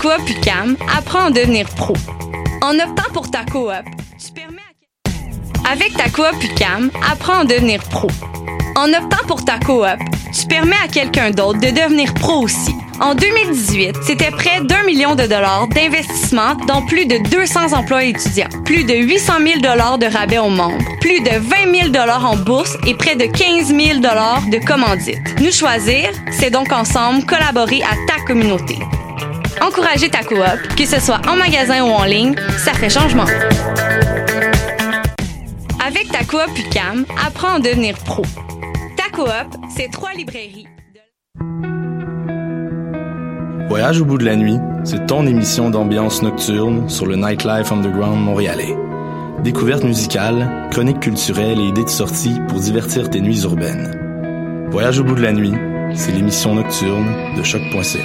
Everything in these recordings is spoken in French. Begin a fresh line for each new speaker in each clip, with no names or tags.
Coop UCAM, apprends à devenir pro. En optant pour ta coop, tu permets à... Avec ta coop UCAM, apprends à devenir pro. En optant pour ta coop, tu permets à quelqu'un d'autre de devenir pro aussi. En 2018, c'était près d'un million de dollars d'investissement dans plus de 200 emplois étudiants, plus de 800 000 dollars de rabais aux membres, plus de 20 000 dollars en bourse et près de 15 000 dollars de commandites. Nous choisir, c'est donc ensemble collaborer à ta communauté. Encourager ta coop, que ce soit en magasin ou en ligne, ça fait changement. Avec ta coop UCAM, apprends à devenir pro. Ta coop, c'est trois librairies.
Voyage au bout de la nuit, c'est ton émission d'ambiance nocturne sur le Nightlife Underground montréalais. Découvertes musicales, chroniques culturelles et idées de sortie pour divertir tes nuits urbaines. Voyage au bout de la nuit, c'est l'émission nocturne de choc.ca.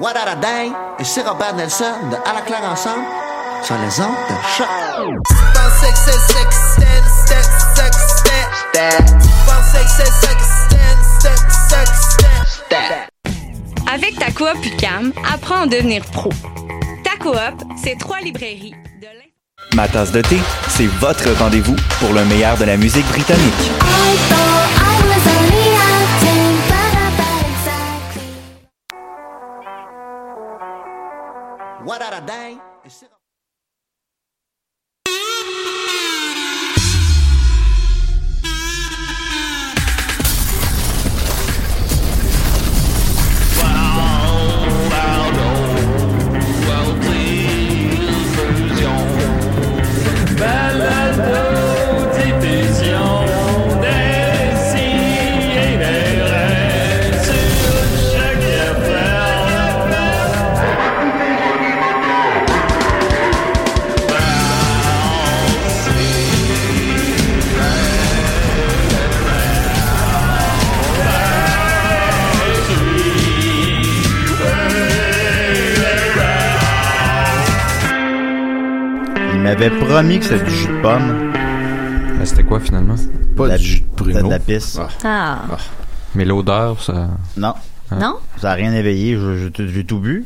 What a day? Ici Robert Nelson de À la claire ensemble sur les ondes de choc.
Avec ta coop UCAM, apprends à devenir pro. Ta coop, c'est trois librairies. De l'in-
Ma tasse de thé, c'est votre rendez-vous pour le meilleur de la musique britannique.
What a day? Ici
Il m'avait promis que c'était du jus de pomme.
Mais Ben, c'était quoi finalement?
Pas
du jus de pruneau.
De la pisse.
Ah,
Mais l'odeur, ça.
Non.
non?
Ça n'a rien éveillé. je- je- J'ai tout bu.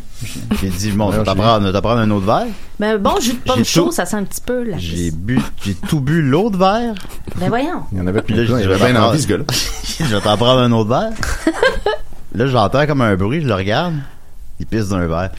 J'ai dit, bon, je vais t'en prendre- je vais t'en prendre un autre verre.
Mais Ben, bon, jus de pomme
J'ai
chaud,
tout-
ça sent un petit peu la
J'ai
pisse.
bu, j'ai tout bu l'autre verre.
Ben voyons.
Il y en avait
Puis
plus
là,
de plein.
je
Il
dis,
avait bien
je vais
envie, ce gars-là.
je vais t'en prendre un autre verre. là, j'entends comme un bruit, je le regarde. Il pisse d'un verre.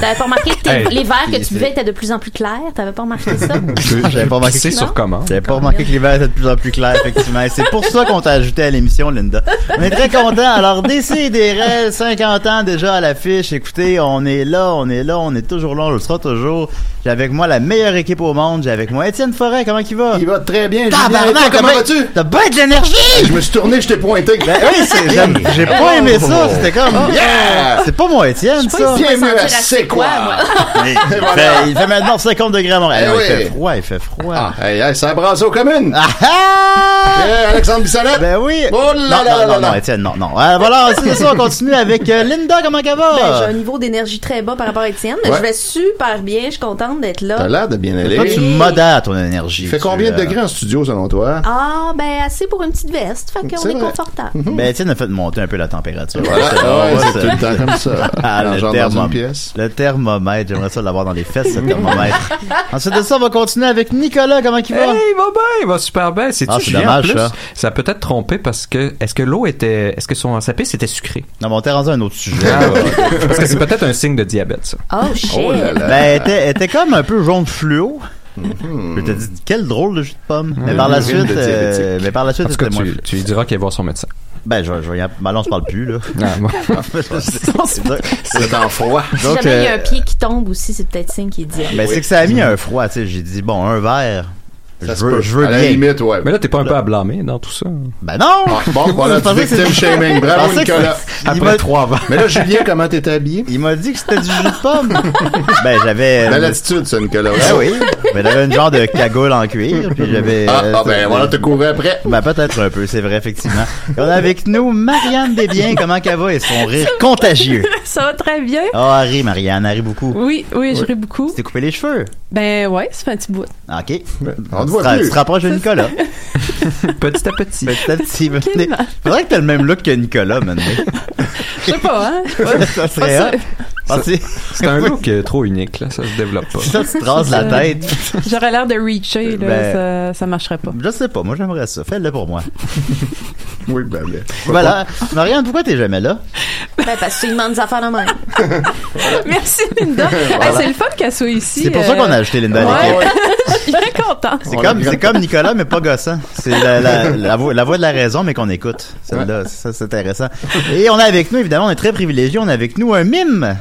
T'avais pas remarqué que tes-
Ah! Hey,
les verres que
c'est-
tu buvais étaient de plus en plus clairs? T'avais pas remarqué ça?
J'avais pas remarqué
C'est
que-
sur comment?
J'avais pas remarqué que les verres étaient de plus en plus clairs, effectivement. Et C'est pour ça qu'on t'a ajouté à l'émission, Linda. On est très contents. Alors, DCDRL, 50 ans déjà à l'affiche. Écoutez, on est là, on est là, on est toujours là, on le sera toujours. J'ai avec moi la meilleure équipe au monde. J'ai avec moi Étienne Forêt, comment il va?
Il va très bien. Julien, et
Tabarnak,
toi, comment
ben-
vas-tu?
T'as bien de l'énergie!
Je me suis tourné, je t'ai pointé. Oh.
Ben oui, c'est- j'aime- j'ai pas aimé ça, c'était comme...
Yeah!
C'est pas moi, Étienne, ça!
Bienvenue à
sentir assez
C'est quoi?
Mais il, fait, il fait maintenant 50 degrés à Montréal.
Eh
Alors, Il
oui.
fait froid, il fait froid.
Ah, hey, hey, ça brasse aux communes.
Ah ah!
Eh, Alexandre Bissonnette.
Ben oui.
Oh là là là
non, non, non,
là.
non, Étienne, non, non. Euh, voilà, c'est ça, on continue avec euh, Linda, comment elle
Ben, j'ai
va?
un niveau d'énergie très bas par rapport à Étienne. mais
Ah. Ouais.
Je vais super bien. Je suis contente d'être
T'as
là.
l'air de bien
Toi, tu
aller.
modères ton énergie.
Il fait
tu,
combien de
euh,
degrés en studio selon toi?
Ah, ben assez pour une petite veste. Fait qu'on
C'est
est,
vrai.
confortable.
Ben, Étienne a fait monter un peu la température.
Voilà.
Ouais,
Ah ouais,
c'est-
c'est tout le temps comme ça.
Ah,
Alors,
le,
genre dans une
thermomètre.
pièce.
le thermomètre, j'aimerais ça l'avoir dans les fesses, ce thermomètre. Ensuite de ça, on va continuer avec Nicolas, comment il va?
Hey, il va bien, il va super bien. C'est
Ah, c'est dommage, ça.
Ça peut être trompé parce que est-ce que l'eau était, est-ce que son sa pisse était sucrée
Non, mais on t'est rendu à un autre sujet.
Parce que c'est peut-être un signe de diabète. Ça.
Oh, shit.
Oh là là.
Ben, elle était, elle était comme un peu jaune fluo. Je t'ai dit, quel drôle de jus de pomme. Mais par la
Mm-hmm. une rime
suite,
de
euh,
diabétique.
mais par la suite,
En tout cas,
c'était moins
tu,
fluo.
tu lui diras qu'il va voir son médecin.
Ben, je, je, ben là, on se parle plus, là.
Ah, bon.
C'est en froid.
Si
Donc,
jamais il y a
euh,
un pied qui tombe aussi, c'est peut-être signe qu'il dit.
Ben, c'est que ça a mis un froid, tu sais. J'ai dit, bon, un verre.
Ça
je
se
veux,
peut.
je veux
à la
bien.
limite, ouais.
Mais là, t'es pas un peu à blâmer dans tout ça.
Ben non!
Ah, bon, voilà,
Je pensais
du
que
victim
c'était-
shaming. Bravo,
Je pensais que
Nicolas.
c'était- il m'a-
Après trois vents.
Mais là, Julien, comment t'étais habillé?
Il m'a dit que c'était du jus de pomme. ben, j'avais.
La latitude, ça, Nicolas.
Ben oui. Mais j'avais une genre de cagoule en cuir, puis j'avais.
Ah,
euh,
ah, ben voilà, t'as couru après.
Ben peut-être un peu, c'est vrai, effectivement. Et on a avec nous Marianne Desbiens. Comment qu'elle va et son rire contagieux?
Ça va très bien.
Ah, elle rit, Marianne, elle rit beaucoup.
Oui, oui, je ris beaucoup.
Tu t'es coupé les cheveux? Ah,
Ben ouais, ça fait un petit bout.
OK.
Ben, On te
Tu
voit
ra-
plus.
Tu te rapproches de Nicolas. Ben,
Petit à petit.
Petit à petit. mais-
Tranquillement.
Faudrait que t'aies le même look que Nicolas, maintenant.
Je sais pas, hein?
ça serait
Pas
hein?
hot. Ah, c'est-
C'est un look euh, trop unique, là. Ça se développe pas.
Ça, tu te rases la
C'est-
tête.
J'aurais l'air de reacher, là,
Ben-
ça, ça marcherait pas.
Je sais pas, moi j'aimerais ça. Fais-le pour moi.
Oui, ben, ben.
Voilà. Marianne, pourquoi t'es jamais là?
Ben, parce que tu lui demandes des affaires de même.
Merci, Linda. Hey, c'est le fun qu'elle soit ici.
C'est pour ça
euh,
qu'on a ajouté Linda à l'équipe.
ouais. Je suis bien contente.
C'est
On
comme,
a-
c'est comme Nicolas, mais pas gossant. C'est la, la, la, voix, la voix de la raison, mais qu'on écoute. Celle-là, ça, c'est intéressant. Et on a avec nous, évidemment, on est très privilégiés, on a avec nous un mime.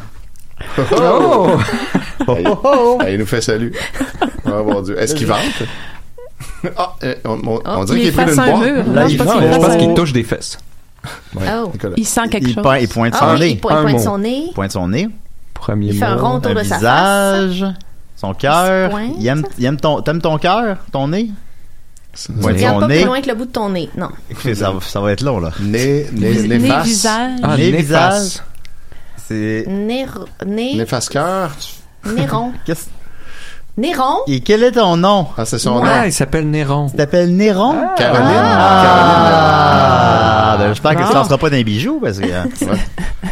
Oh!
Hey, hey, il nous fait salut. Oh mon dieu. Est-ce qu'il vante? Ah, euh, on, on- on dirait
il
qu'il est
est
pris d'une
face à un
boîte.
mur.
Là,
Non, je
il-
pense
non,
qu'il
je
est
pense
pas-
qu'il touche des fesses.
Ouais,
Oh.
Nicolas.
Il sent quelque
Euh, il,
chose.
point- il pointe son
Ah,
nez.
il pointe,
un
pointe
mot.
son nez.
pointe son nez,
Premier
Il fait un
mot.
rond autour
un
de sa face.
visage, son cœur.
pointe.
Il aime, il aime ton, t'aimes ton cœur, ton nez?
Ouais.
Pointe
Regarde
son
pas plus
nez.
loin que le bout de ton nez. Non.
Écoutez, ça, va- ça va être long, là.
Né, né,
Nez,
néfaste.
visage.
Ah,
Les
nez,
visages.
face.
C'est,
Nez, r- nez,
Néfaste cœur.
nez rond.
qu'est-ce-
Nez rond.
et quel est ton nom?
Ah, c'est son nom.
Ah, il s'appelle Néron.
Tu t'appelles Néron?
Caroline. Ah.
Ah, ben, j'espère que
Bon.
ça en sera pas d'un bijou parce que hein,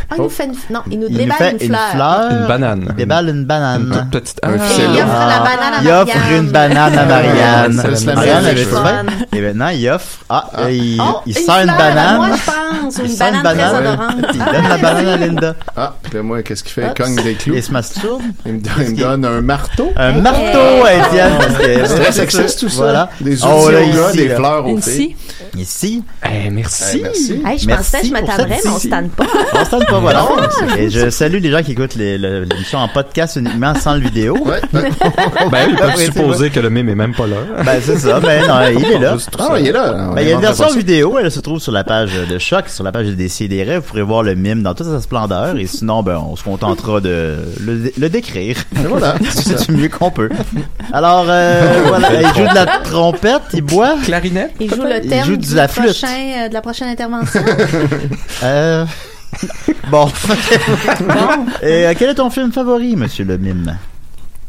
Ah, il nous fait une. Non, il nous
il nous
déballe
fait
une
une
fleur.
fleur,
Une banane.
il déballe une
Une
banane,
toute petite. Ah.
Un
Et
C'est
il
là.
offre la banane à
il
Marianne.
offre une
Ah,
banane à Marianne.
Ça, c'est la
Marianne
meilleure
avait
chose.
ça bien. Et maintenant il offre, ah, euh, il,
Oh,
il
une
sort une
fleur, Moi,
banane,
je pense. ou
il
Une
sort
banane,
une banane,
très
puis
odorante.
il donne la banane à Linda.
Ah, puis là, moi, qu'est-ce qu'il fait? Il
Oups.
cogne des clous.
Il se masturbe.
Il me donne, il me donne un marteau.
Un marteau à Étienne parce que
C'est très sexiste, tout ça.
Voilà.
Des outils
oh, là,
aux gars,
ici,
des
là.
fleurs aux
Une
filles.
scie.
Ici,
Eh, merci.
Eh, merci.
Hey, je
Merci
pensais que je
pour
m'attendrais,
cette
mais on se
ici.
tanne pas. Ah,
on se tente pas voilà. Et je salue les gens qui écoutent les- le- l'émission en podcast uniquement sans le vidéo.
Ouais, ouais.
Ben, ils peuvent
Ouais, c'est
supposer que le mime est même pas là.
Ben c'est ça, ben non, il est là.
Ah, il est là.
Ben, il y a une
On invente
version
pas ça.
vidéo, elle se trouve sur la page de Choc, sur la page de Décideret. Vous pourrez voir le mime dans toute sa splendeur. Et sinon, ben, on se contentera de le, le décrire.
Et Voilà. c'est ça.
C'est du mieux qu'on peut. Alors, euh, voilà, il joue de la trompette, il boit.
Clarinette?
Il joue le
Il
thème
joue de
du
la flûte.
prochain, euh, de la prochaine intervention.
Euh, bon. Et euh, quel est ton film favori, monsieur le mime?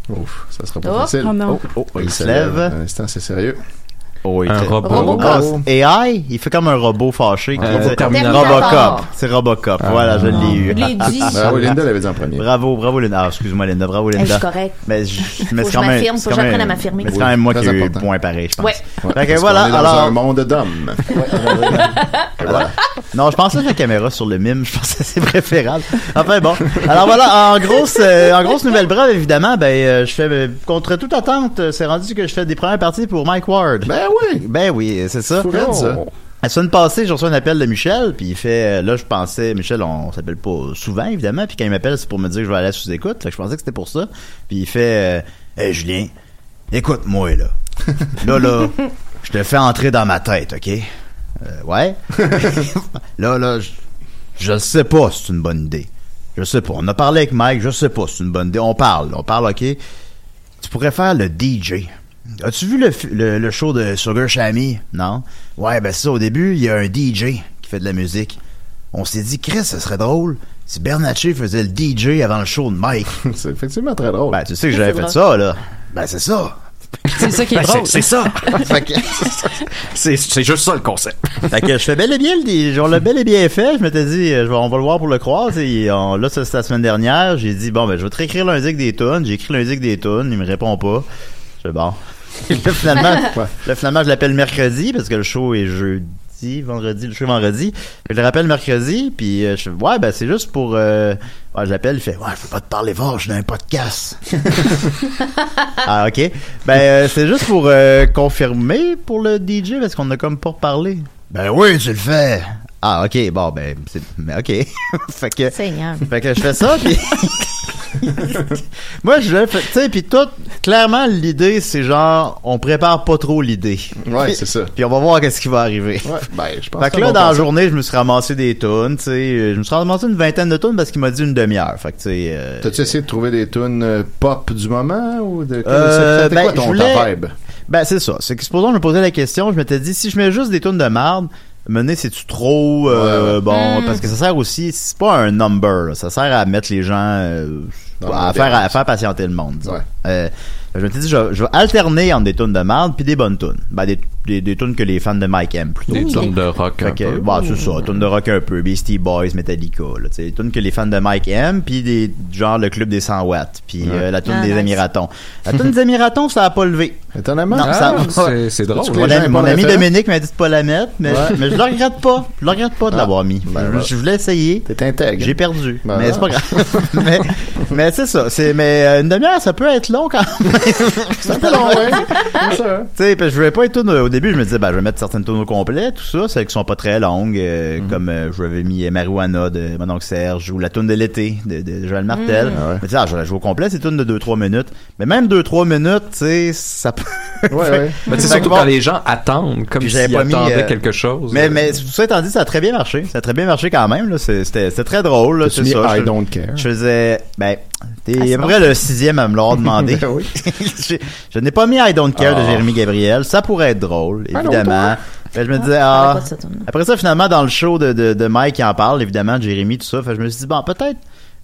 Ouf, ça sera pas
Oh,
facile.
oh non.
Oh, il se lève.
Un instant, c'est sérieux. Oh.
Oh, il
Un
fait-
robot.
Ah, c'est AI, il fait comme un robot fâché. qui
Euh,
dit-
Terminator.
Robocop. C'est Robocop. Voilà, je l'ai eu.
Je l'ai dit.
Ah oui, Ah. Linda l'avait dit en premier.
Bravo, bravo Linda. Ah, excuse-moi Linda, bravo
Hey, Eh, Je
Linda.
suis correct.
Mais je, mais
Faut
c'est
que
quand
je
même.
m'affirme,
c'est
faut que
quand même-
j'apprenne à m'affirmer.
Mais c'est quand même moi
Très
qui ai eu le
important.
point pareil, je pense.
Ouais.
Ouais,
Fait que
parce
voilà,
qu'on est dans
alors-
un monde d'hommes.
Non, je pensais que la caméra sur le mime, je pensais que c'est préférable. Enfin bon. Alors voilà, en grosse, euh, en grosse nouvelle brève, évidemment, ben, euh, je fais, euh, contre toute attente, euh, c'est rendu que je fais des premières parties pour Mike Ward.
Ben oui.
Ben oui, c'est ça.
Faut raide, ça.
La semaine passée, j'ai reçu un appel de Michel, puis il fait, euh, là, je pensais, Michel, on s'appelle pas souvent, évidemment, puis quand il m'appelle, c'est pour me dire que je vais aller sous écoute, fait que je pensais que c'était pour ça. Puis il fait, euh, Hey, Julien, écoute-moi, là. Là, là, je te fais entrer dans ma tête, OK? Euh, ouais. là, là, je, je sais pas si c'est une bonne idée. Je sais pas. On a parlé avec Mike, je sais pas si c'est une bonne idée. On parle, on parle, OK? Tu pourrais faire le DJ. As-tu vu le, fi- le, le show de Sugar Shammy? Non? Ouais, ben c'est ça, au début, il y a un DJ qui fait de la musique. On s'est dit, Chris, ce serait drôle si Bernatchez faisait le DJ avant le show de Mike.
C'est effectivement très drôle.
Ben, tu sais que j'avais fait ça, là. Ben, c'est ça.
C'est ça qui est drôle.
ça.
Fait que-
C'est c'est juste ça le concept.
Fait que je fais bel et bien le dé- genre le bel et bien fait. Je m'étais dit, euh, je vais- on va le voir pour le croire. Et on, là, ça, c'est la semaine dernière. J'ai dit, bon, ben, je vais te réécrire lundi avec des tonnes. J'ai écrit lundi avec des tonnes. Il me répond pas. Je fais, bon. là, finalement, là, finalement, je l'appelle mercredi parce que le show est jeudi, vendredi, le show est vendredi. Fait que je le rappelle mercredi. Puis euh, je fais, ouais, ben, c'est juste pour. Euh, ouais, je l'appelle. Il fait, ouais, je peux pas te parler fort. Je suis dans un podcast. Ah, ok. Ben, euh, c'est juste pour euh, confirmer pour le DJ, parce qu'on a comme pas reparlé. Ben oui, tu le fais. Ah, ok. Bon, ben, c'est... mais ok. fait que,
Seigneur.
fait que je fais ça, puis Moi, je tu sais, puis tout, clairement, l'idée, c'est genre, on prépare pas trop l'idée.
Ouais, c'est ça.
Puis on va voir qu'est-ce qui va arriver.
Ouais, ben, je pense
Fait
que
que là,
bon
dans la
concept.
journée, je me suis ramassé des tonnes, tu sais, euh, je me suis ramassé une vingtaine de tonnes parce qu'il m'a dit une demi-heure. Fait que, tu sais, euh,
T'as-tu essayé de trouver des tunes euh, pop du moment ou de
Euh,
c'était
ben,
quoi
je
ton
voulais-
ta vibe?
Ben, c'est ça. C'est que, supposons, je me posais la question, je m'étais dit, si je mets juste des tonnes de marde, mener, c'est-tu trop, euh, bon,
Mm.
parce que ça sert aussi, c'est pas un number, là. ça sert à mettre les gens, euh, à, faire, à faire patienter le monde, disons. Euh, je m'étais dit, je, je vais alterner entre des tonnes de marde puis des bonnes tonnes. Ben, des, des, des tonnes que les fans de Mike aiment, plutôt.
Des
tu sais.
tunes de rock un
Fait que,
peu.
bah, c'est ça, tunes de rock un peu, Beastie Boys, Metallica, là, tu sais, les tunes que les fans de Mike aiment, puis des genre le club des 100 watts, puis euh, la tune
Ah,
des
nice.
Amiratons. La tune des Amiratons, ça a pas levé.
Étonnamment.
Non,
Ah,
ça
c'est- c'est drôle.
Mon,
Les gens
ami-
aiment
mon
pas la
ami
référence.
Dominique m'a dit de pas la mettre, mais,
Ouais. Ah. Ben
mais je le regrette pas. Je le regrette pas de l'avoir mis. Je- je, voulais essayer.
T'es intègre.
J'ai perdu.
Ben
mais c'est pas
voilà.
grave. mais mais c'est ça. C'est, mais euh, une demi-heure, ça peut être long quand même.
C'est un peu long, ouais. C'est ça. hein.
Tu sais, parce que je voulais pas être tout au début, je me disais, ben, je vais mettre certaines tunes au complet, tout ça, celles qui sont pas très longues, euh,
Mm-hmm.
comme euh, je l'avais mis euh, Marijuana de mon oncle Serge ou la tune de l'été de, de Joël Martel.
Mm. Ah ouais.
Mais tu sais, ah, je vais la jouer au complet, c'est une de 2-3 minutes. Mais même 2-3 minutes, tu sais, ça peut.
ouais.
Mais tu
Fait que
sais, surtout
bon.
quand les gens attendent, comme
Puis
s'ils
j'avais pas mis,
attendaient
euh,
quelque chose.
Mais, mais tout ça étant dit, ça a très bien marché. Ça a très bien marché quand même. là. C'est- C'était c'était très drôle. là,
T'as-tu
C'est
mis
ça.
I
Je-
don't care?
Je faisais. Ben,
Ah,
t'es
c'est
à peu près
bon.
le sixième à me l'avoir demandé.
Ben oui.
je je n'ai pas mis I don't care de
Ah.
Jérémy Gabriel. Ça pourrait être drôle,
don't
évidemment.
care.
Fait que je me disais,
parlait
ah.
pas de cette
Mm.
tune-là.
Après ça, finalement, dans le show de, de, de Mike, il en parle, évidemment, de Jérémy, tout ça. Fait que je me suis dit, bon, peut-être.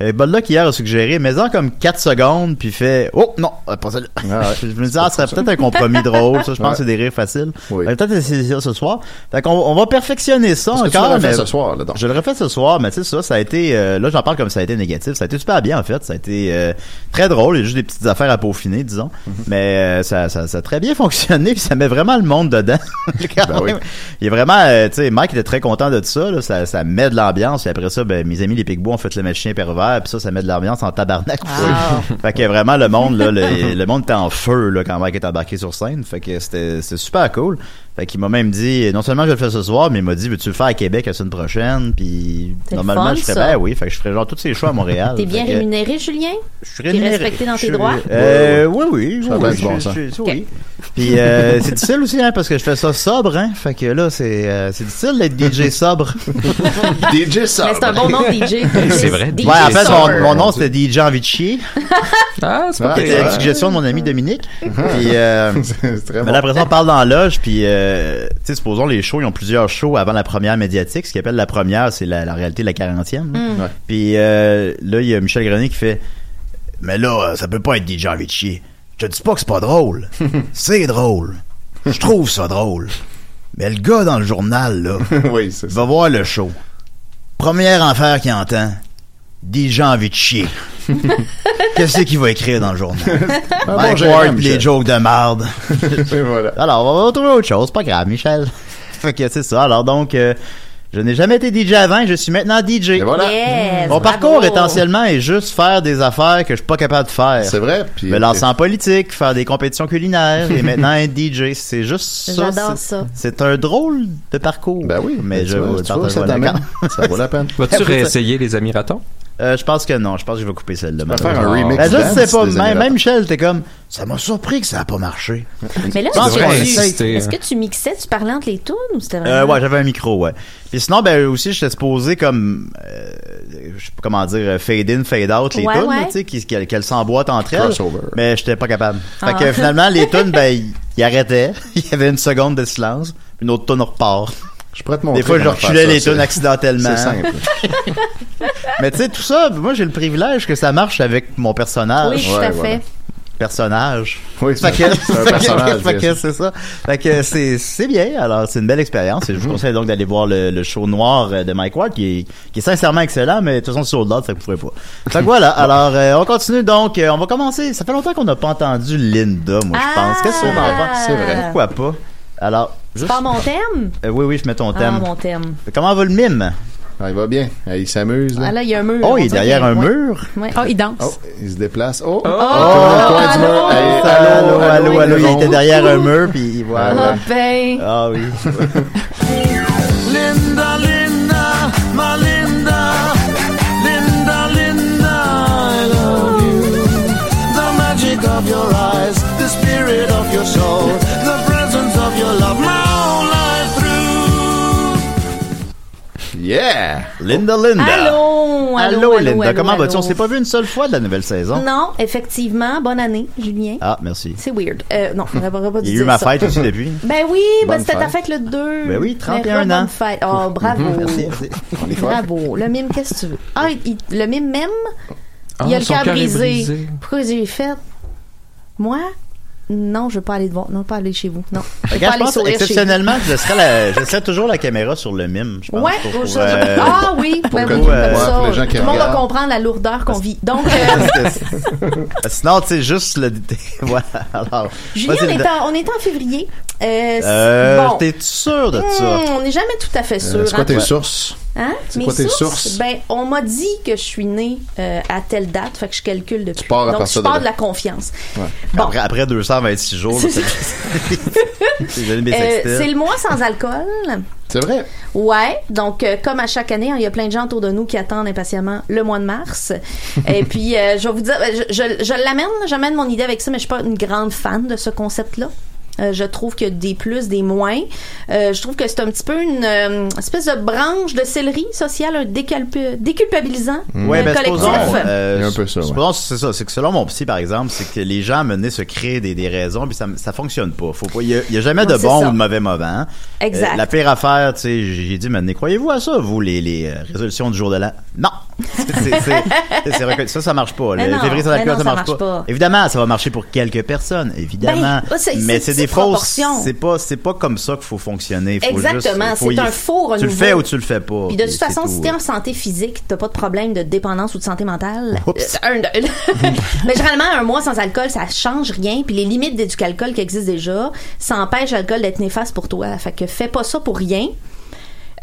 Euh, Bollock hier a suggéré, mais en comme 4 secondes, puis fait Oh non, pas ça. je me disais, ah, ce serait peut-être un compromis drôle, ça, je pense
Ouais.
que c'est des rires faciles. On va peut-être essayer ça ce soir. Fait qu'on on va perfectionner ça
Est-ce que tu
encore.
l'aurais fait
mais-
ce soir, là, donc?
Je le refais ce soir, mais tu sais, ça, ça a été. euh, là, j'en parle comme ça a été négatif. Ça a été super bien, en fait. Ça a été euh, très drôle. Il y a juste des petites affaires à peaufiner, disons.
Mhm.
Mais euh, ça, ça, ça a très bien fonctionné, puis ça met vraiment le monde dedans. Quand
Ben oui.
même. Il est vraiment. euh, tu sais, Mike était très content de ça. Là, ça, ça met de l'ambiance. Et après ça, ben, mes amis les Picbois ont fait le machin pervers, puis ça, ça met de l'ambiance en tabarnak.
Ah,
fait que vraiment, le monde, là, le, le monde était en feu là, quand Mike est embarqué sur scène. Fait que c'était c'était super cool. Fait qu'il m'a même dit, non seulement je le fais ce soir, mais il m'a dit, veux-tu le faire à Québec la semaine prochaine? Puis
C'est le
normalement,
fun,
je ferais,
ça.
ben oui, fait que je ferais genre tous ces choix à Montréal.
T'es bien
Fait que-
rémunéré, Julien?
Je suis
T'es
rémunéré.
respecté dans
Je
tes
suis-
droits?
Euh, oui, oui.
Ça
oui,
doit
oui,
être bon,
je-
ça.
je- oui. Puis euh, c'est difficile aussi, hein, parce que je fais ça sobre, hein. Fait que là, c'est euh, c'est difficile d'être DJ sobre.
DJ
Ah,
sobre.
Mais c'est un
ben.
bon nom, DJ. C'est vrai,
Ouais,
DJ
en fait,
sobre.
mon, mon nom, c'était DJ Envie de chier.
Ah, c'est
pas
C'était
pire.
une euh, suggestion de mon ami Dominique. Puis, euh,
C'est très
mais
bon.
là, après ça, on parle dans la loge, puis, euh, tu sais, supposons les shows, ils ont plusieurs shows avant la première médiatique. Ce qu'ils appellent la première, c'est la, la réalité de la quarantième. là.
Mm. Ouais.
Puis euh, là, il y a Michel Grenier qui fait Mais là, euh, ça peut pas être DJ envie de chier. Je te dis pas que c'est pas drôle. c'est drôle. Je trouve ça drôle. Mais le gars dans le journal, là,
oui, c'est
va voir le show. Première affaire qu'il entend DJ envie de chier. Qu'est-ce qu'il va écrire dans le journal?
Ah, bon,
Mike
j'aime,
Ward,
Michel.
les jokes de marde.
Et voilà.
Alors, on va trouver autre chose, pas grave, Michel. fait que c'est ça. Alors donc, euh, je n'ai jamais été DJ avant, je suis maintenant DJ.
voilà.
Yes, bravo.
Mon parcours essentiellement est juste faire des affaires que je suis pas capable de faire.
C'est vrai. Puis,
Me lancer en politique, faire des compétitions culinaires et maintenant être DJ. C'est juste ça.
J'adore
c'est-
ça.
C'est un drôle de parcours.
Ben oui.
Mais je
tu
vous
vois,
le
tu vois, ça
partagerai
t'amène.
quand.
Ça vaut la peine.
Vas-tu
Après ça-
réessayer les amis ratons?
Euh, je pense que non. Je pense que je vais couper celle-là.
vas faire un
malheureusement.
remix
Ben, je sais
dance
pas.
des
Même,
Émirats.
même Michel, t'es comme, ça m'a surpris que ça a pas marché.
Mais là,
Je pense
est-ce
qu'on
que, tu,
essaye.
est-ce que tu mixais, tu parlais entre les tunes ou c'était vraiment...
Euh, ouais, j'avais un micro, ouais. Puis sinon, ben aussi, j'étais supposé comme, euh, je sais pas comment dire, euh, fade in, fade out, les
Ouais,
tunes,
ouais.
là, tu sais, qui- qu'elles qu'elles s'emboîtent entre elles.
Crossover.
Mais j'étais pas capable. Fait
Ah.
que finalement, les tunes, ben, ils- ils arrêtaient. Il y avait une seconde de silence, puis une autre tune repart.
Je pourrais te montrer.
Des fois, je
comment faire
reculais
ça,
les
c'est-
tunes accidentellement.
C'est simple.
Mais tu sais, tout ça, moi, j'ai le privilège que ça marche avec mon personnage.
Oui, tout
Ouais,
à
voilà.
fait.
Personnage.
Oui,
Fait que-
c'est c'est un
fait que-
personnage.
fait que
bien sûr.
c'est ça. Fait que c'est, c'est bien. Alors, c'est une belle expérience.
Mhm.
Et je vous conseille donc d'aller voir le, le show noir euh, de Mike Ward, qui est, qui est sincèrement excellent, mais de toute façon, c'est au-delà, fait que vous pourrez pas. Fait que voilà. Alors, euh, on continue donc. Euh, on va commencer. Ça fait longtemps qu'on n'a pas entendu Linda, moi, je pense. Qu'est-ce qu'on en pense?
Ah! C'est vrai.
Pourquoi pas? Alors,
C'est
juste.
pas mon thème?
Euh, oui, oui, je mets ton thème.
Ah, mon thème.
Comment va le mime?
Ah, il va bien. Ah, Il s'amuse.
Ah
Là.
là, il y a un mur.
Oh, il
On
est
dirait
derrière
qu'il-
un
ouais.
mur.
Ouais. Oh, il danse.
Oh, il se déplace. Oh! oh.
allô,
Allô, allô, allô, il
allô.
était derrière un mur, puis voilà.
Ah ben.
Ah oui.
Linda, Linda, ma Linda, Linda, Linda, I love you. look of your eyes, the spirit of your soul, the presence of your love, my whole life through.
Yeah!
Linda Linda!
Allô, allô, allô,
Linda,
allô,
comment
allô.
vas-tu? On s'est pas vu une seule fois de la nouvelle saison.
Non, effectivement, bonne année, Julien.
Ah, merci.
C'est weird. Euh, non, on n'aurait pas dû
Hmm. Il y a
dire
eu ma
ça.
fête aussi depuis.
Ben oui, ben
Bonne
c'était ta
fête.
fête le 2.
Ben oui, 31
Mais
ans.
bonne fête. Oh, bravo.
Merci, merci. On est fort.
Bravo. Le mime, qu'est-ce que tu veux? Ah, il- il- le mime même,
Ah,
il a le
son
cœur
cœur est
brisé.
brisé.
Pourquoi j'ai fait? Moi? Non, je veux pas aller devant. Non, pas aller chez vous. Non. Je veux pas
Regarde, je
aller
pense
sourire chez vous.
exceptionnellement, je laisserai, la- je laisserai toujours la caméra sur le mime, je pense.
Ouais,
pour-
pour-
pour, euh,
ah oui,
pour
ben
que
oui,
tout,
comme
euh,
ça,
pour les gens
tout
qui
le monde va
regardent.
comprendre la lourdeur qu'on vit. Donc, euh,
Sinon, tu sais, juste le. voilà. Alors,
Julien,
vas-y,
on est,
Linda.
en, on est en février. Euh, c'est-
Euh,
bon.
T'es-tu sûr de ça?
Hmm, on n'est jamais tout à fait sûr.
Euh, c'est quoi
hein.
tes sources?
Hein?
C'est
Mes
quoi tes sources?
Ben, on m'a dit que je suis née euh, à telle date, fait que je calcule depuis.
pars à
Donc,
partir
je
de
pars
là.
de la confiance.
Après, après 226 jours, là,
C'est-
c'est le
Euh, c'est le mois sans alcool.
C'est vrai.
Ouais, donc euh, comme à chaque année, hein, il y a plein de gens autour de nous qui attendent impatiemment le mois de mars. Et puis, euh, je vais vous dire, euh, je, je- je l'amène, j'amène mon idée avec ça, mais je suis pas une grande fan de ce concept-là. Euh, je trouve qu'il y a des plus, des moins. Euh, je trouve que c'est un petit peu une euh, espèce de branche de céleri sociale, un décalpu- déculpabilisant
Mm.
Ouais,
euh,
ben,
collectif.
supposons, euh, supposons, c'est ça. C'est que selon mon psy, par exemple, c'est que les gens menés se créent des, des raisons, puis ça, ça fonctionne pas. Faut pas, il y a, il y a jamais
Ouais,
de
c'est
bon
ça.
ou de mauvais moment. hein. Euh,
Exact.
la pire affaire, tu sais, j'ai dit, maintenant, croyez-vous à ça, vous, les, les euh, résolutions du jour de l'an? Non! C'est- c'est- c'est reconnu. ça, ça marche pas.
Mais
Le
non,
février sans
mais
alcool,
non,
ça
ça
marche
marche
pas.
pas.
Évidemment, ça va marcher pour quelques personnes, évidemment.
Ben, c'est-
mais
c'est
c'est
une
des
petite
fausses.
proportion.
C'est pas, c'est pas comme ça qu'il faut fonctionner. Faut
Exactement,
juste- faut
c'est
y-
un faux
Tu le
renouveau.
fais ou tu le fais pas.
Puis de toute
c'est
façon,
tout.
si t'es en santé physique, t'as pas de problème de dépendance ou de santé mentale.
Oups.
Euh, un de- Mais généralement, un mois sans alcool, ça change rien. Puis les limites du alcool qui existent déjà, ça empêche l'alcool d'être néfaste pour toi. Fait que fais pas ça pour rien.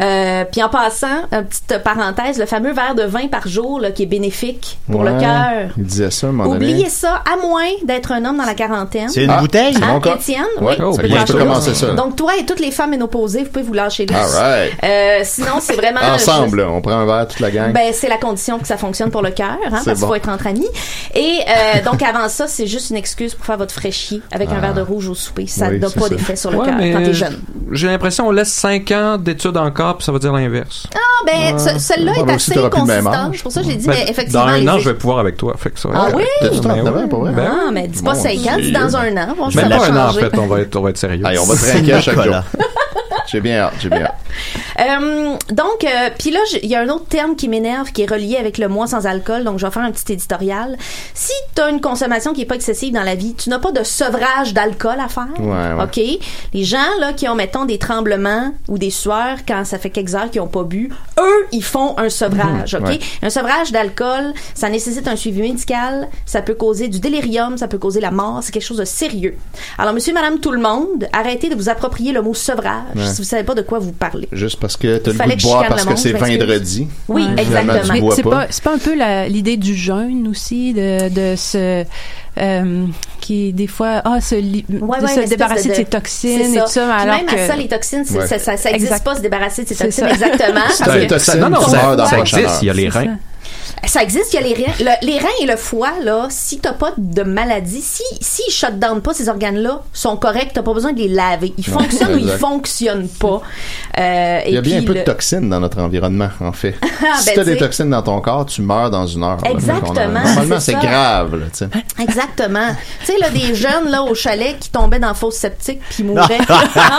Euh, puis en passant, une petite parenthèse, le fameux verre de vin par jour là, qui est bénéfique pour le
Ouais.
cœur.
Il disait ça, à un moment donné.
Oubliez ça, à moins d'être un homme dans la quarantaine.
C'est une Ah, bouteille? c'est
Hein,
mon cas.
Étienne,
Ouais,
oui,
oh,
tu peux
ben,
lâcher
je peux
l'eau.
commencer ça.
Donc toi et toutes les femmes ménopausées, vous pouvez vous lâcher là.
All right.
Euh, sinon, c'est vraiment
Ensemble, là, on prend un verre, toute la gang.
ben, c'est la condition que ça fonctionne pour le cœur, hein,
C'est
parce qu'il
bon.
faut être entre amis. Et euh, donc, avant ça, c'est juste une excuse pour faire votre fraîchier avec un
Ah.
verre de rouge au souper. Ça ne
Oui,
donne
c'est
pas
ça.
d'effet sur le
Ouais,
cœur
mais
quand t'es
j-
jeune.
J'ai l'impression qu'on laisse 5 ans d'études encore, puis ça veut dire l'inverse.
Ah, ben, ce- celle-là
Ah,
est
ben aussi,
assez
t'auras plus le même
consistante.
âge.
C'est pour ça que je l'ai dit,
Ben,
mais effectivement.
Dans un
les
an,
effets-
je vais pouvoir avec toi. Fait que ça va
Ah
être-
oui? T'as-tu 39
Ben oui.
ans, pour vrai? Ah, mais dis pas
Mon
5 ans,
Dieu.
dis dans un an. Bon, je
Même
sais
pas
pas
un an, en
changer.
fait, on va être, on va être sérieux.
Allez, on va trinquer à chaque jour. J'ai bien hâte, j'ai bien hâte.
Euh, donc, euh, puis là, j- il y a un autre terme qui m'énerve, qui est relié avec le mois sans alcool, donc je vais faire un petit éditorial. Si tu as une consommation qui est pas excessive dans la vie, tu n'as pas de sevrage d'alcool à faire.
Ouais, ouais.
OK? Les gens, là, qui ont, mettons, des tremblements ou des sueurs quand ça fait quelques heures qu'ils ont pas bu, eux, ils font un sevrage,
Mhm,
OK?
ouais.
Un sevrage d'alcool, ça nécessite un suivi médical, ça peut causer du délirium, ça peut causer la mort, c'est quelque chose de sérieux. Alors, monsieur, madame, tout le monde, arrêtez de vous approprier le mot sevrage
Ouais.
si vous savez pas de quoi vous parlez.
Juste parce que t'as le
Fallait
goût
que
de
je
boire
chicane
parce
le
que
monde,
c'est
je m'excuse.
vendredi.
Oui,
Finalement,
Mais
Tu bois
c'est
pas.
pas, c'est pas un peu la- l'idée du jeûne aussi, de, de se. euh, qui des fois ah se, li- de
ouais,
se
une espèce
débarrasser de,
de-
ses toxines
c'est
et tout
ça.
ça
Puis
alors
même à
que
ça, les toxines, c'est-
Ouais.
ça- ça- ça
Exact.
existe pas, se débarrasser de ses
C'est
toxines,
ça.
exactement.
C'est
Parce
un-
que-
ça- non, non,
on
ça,
meurt dans
ça
la prochaine
existe, il y a les
heure.
reins.
Ça existe, il y a les reins. Le- les reins et le foie, là, si t'as pas de maladie, si, si ils shut down pas, ces organes-là sont corrects, t'as pas besoin de les laver. Ils
Non,
fonctionnent ou ils
exact.
fonctionnent pas. Euh,
Il y a
et
bien
puis
peu de
le-
toxines dans notre environnement, en fait.
Ah,
si
ben,
t'as
tu sais.
des toxines dans ton corps, tu meurs dans une heure. là. Fait
Exactement,
qu'on a- Normalement,
c'est
c'est
ça.
grave, là, tu sais.
Exactement. Tu sais, là, des jeunes, là, au chalet qui tombaient dans la fosse septique puis mouraient.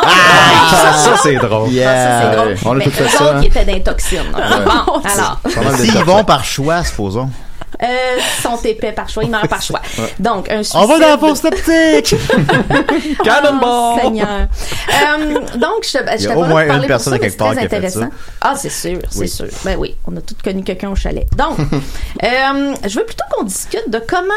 Ah, ça, c'est drôle.
c'est drôle.
On a
Mais
tout fait
eux
ça,
autres,
hein.
ils étaient d'intoxines. Bon,
Ouais.
alors.
Mais S'ils vont par choix, supposons.
Euh, ils sont épais par choix, ils meurent par choix.
Ouais.
Donc, un suicide.
On va dans la fausse optique!
Oh,
Cannonball!
Seigneur. Euh, donc, je, je
Il y a
t'avais
au
pas
moins
parlé
une
pour
personne
ça, mais
quelque
c'est
part
très
qui a fait
intéressant.
ça.
Ah, c'est sûr, c'est
Oui.
sûr. Ben oui, on a tous connu quelqu'un au chalet. Donc, euh, je veux plutôt qu'on discute de comment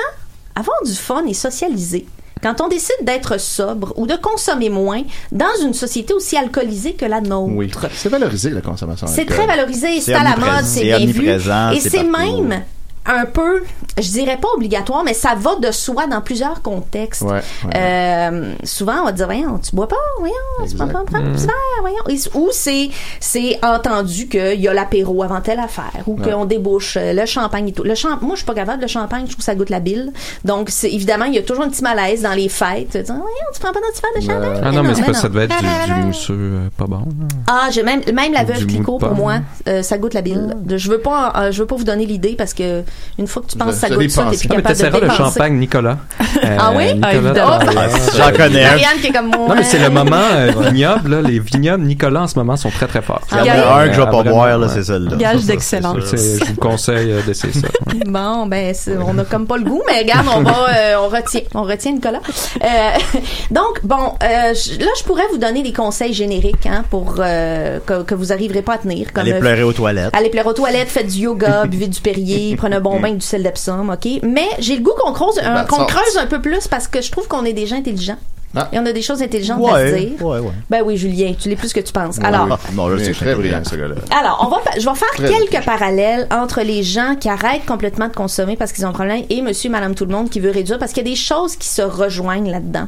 avoir du fun et socialiser. Quand on décide d'être sobre ou de consommer moins dans une société aussi alcoolisée que la nôtre.
Oui. C'est valorisé, la consommation.
C'est
d'alcool.
très valorisé, c'est à la mode, c'est bien vu. Et c'est même un peu, je dirais pas obligatoire, mais ça va de soi dans plusieurs contextes.
Ouais, ouais.
Euh, souvent, on va dire, voyons, tu bois pas, voyons, tu prends pas prends
Mm.
un petit verre, voyons. Et- ou c'est, c'est entendu qu'il y a l'apéro avant telle affaire, ou
Ouais.
qu'on débouche euh, le champagne et tout. Le champ, moi, je suis pas capable de champagne, je trouve que ça goûte la bile. Donc, c'est, évidemment, il y a toujours un petit malaise dans les fêtes. Tu dis, voyons, tu prends pas notre verre de champagne.
Ah non, mais c'est
non,
parce que ça devait être du,
non.
du mousseux euh, pas bon.
Ah, j'ai même même la
Du
veuve
mou de
Clicquot pour
pomme.
moi, euh, ça goûte la bile. De- Je veux pas euh, je veux pas vous donner l'idée parce que une fois que tu penses que ça
Je-
goûte ça, t'es
dépense.
plus
Ah, mais
capable de
t'essaieras le
dépenser.
champagne, Nicolas. Euh,
Ah oui? Ah,
Nicolas,
évidemment.
t'en-
Ah,
ouais.
j'en connais un.
Marianne qui est comme moi.
Non, mais c'est le moment euh, vignoble. là. Les vignobles, Nicolas, en ce moment, sont très, très forts.
Il y en a
un que je vais pas boire, là, c'est celle-là. Gage
d'excellence.
C'est- Je vous conseille euh, d'essayer ça.
Bon, ben, c'est- on a comme pas le goût, mais regarde, on va, euh, on retient, on retient Nicolas. Euh, donc, bon, euh, je- là, je pourrais vous donner des conseils génériques, hein, pour euh, que, que vous arriverez pas à tenir. Comme
Allez
euh,
pleurer aux toilettes.
Allez pleurer aux toilettes, faites du yoga, buvez du Perrier, prenez un
Mm.
bon bain avec du sel d'Epsom, ok. Mais j'ai le goût qu'on creuse, un-
Bad
qu'on
sorte.
creuse un peu plus parce que je trouve qu'on est des gens intelligents.
Ah.
Et on a des choses intelligentes à se
Ouais,
dire.
ouais, ouais.
Ben oui, Julien, tu l'es plus que tu penses.
Ouais,
Alors,
oui. Non, là,
Il est
c'est
très brillant, ce gars-là.
alors, on va, fa- je vais faire
Très
quelques parallèles entre les gens qui arrêtent complètement de consommer parce qu'ils ont un problème et monsieur, madame, tout le monde qui veut réduire parce qu'il y a des choses qui se rejoignent là-dedans.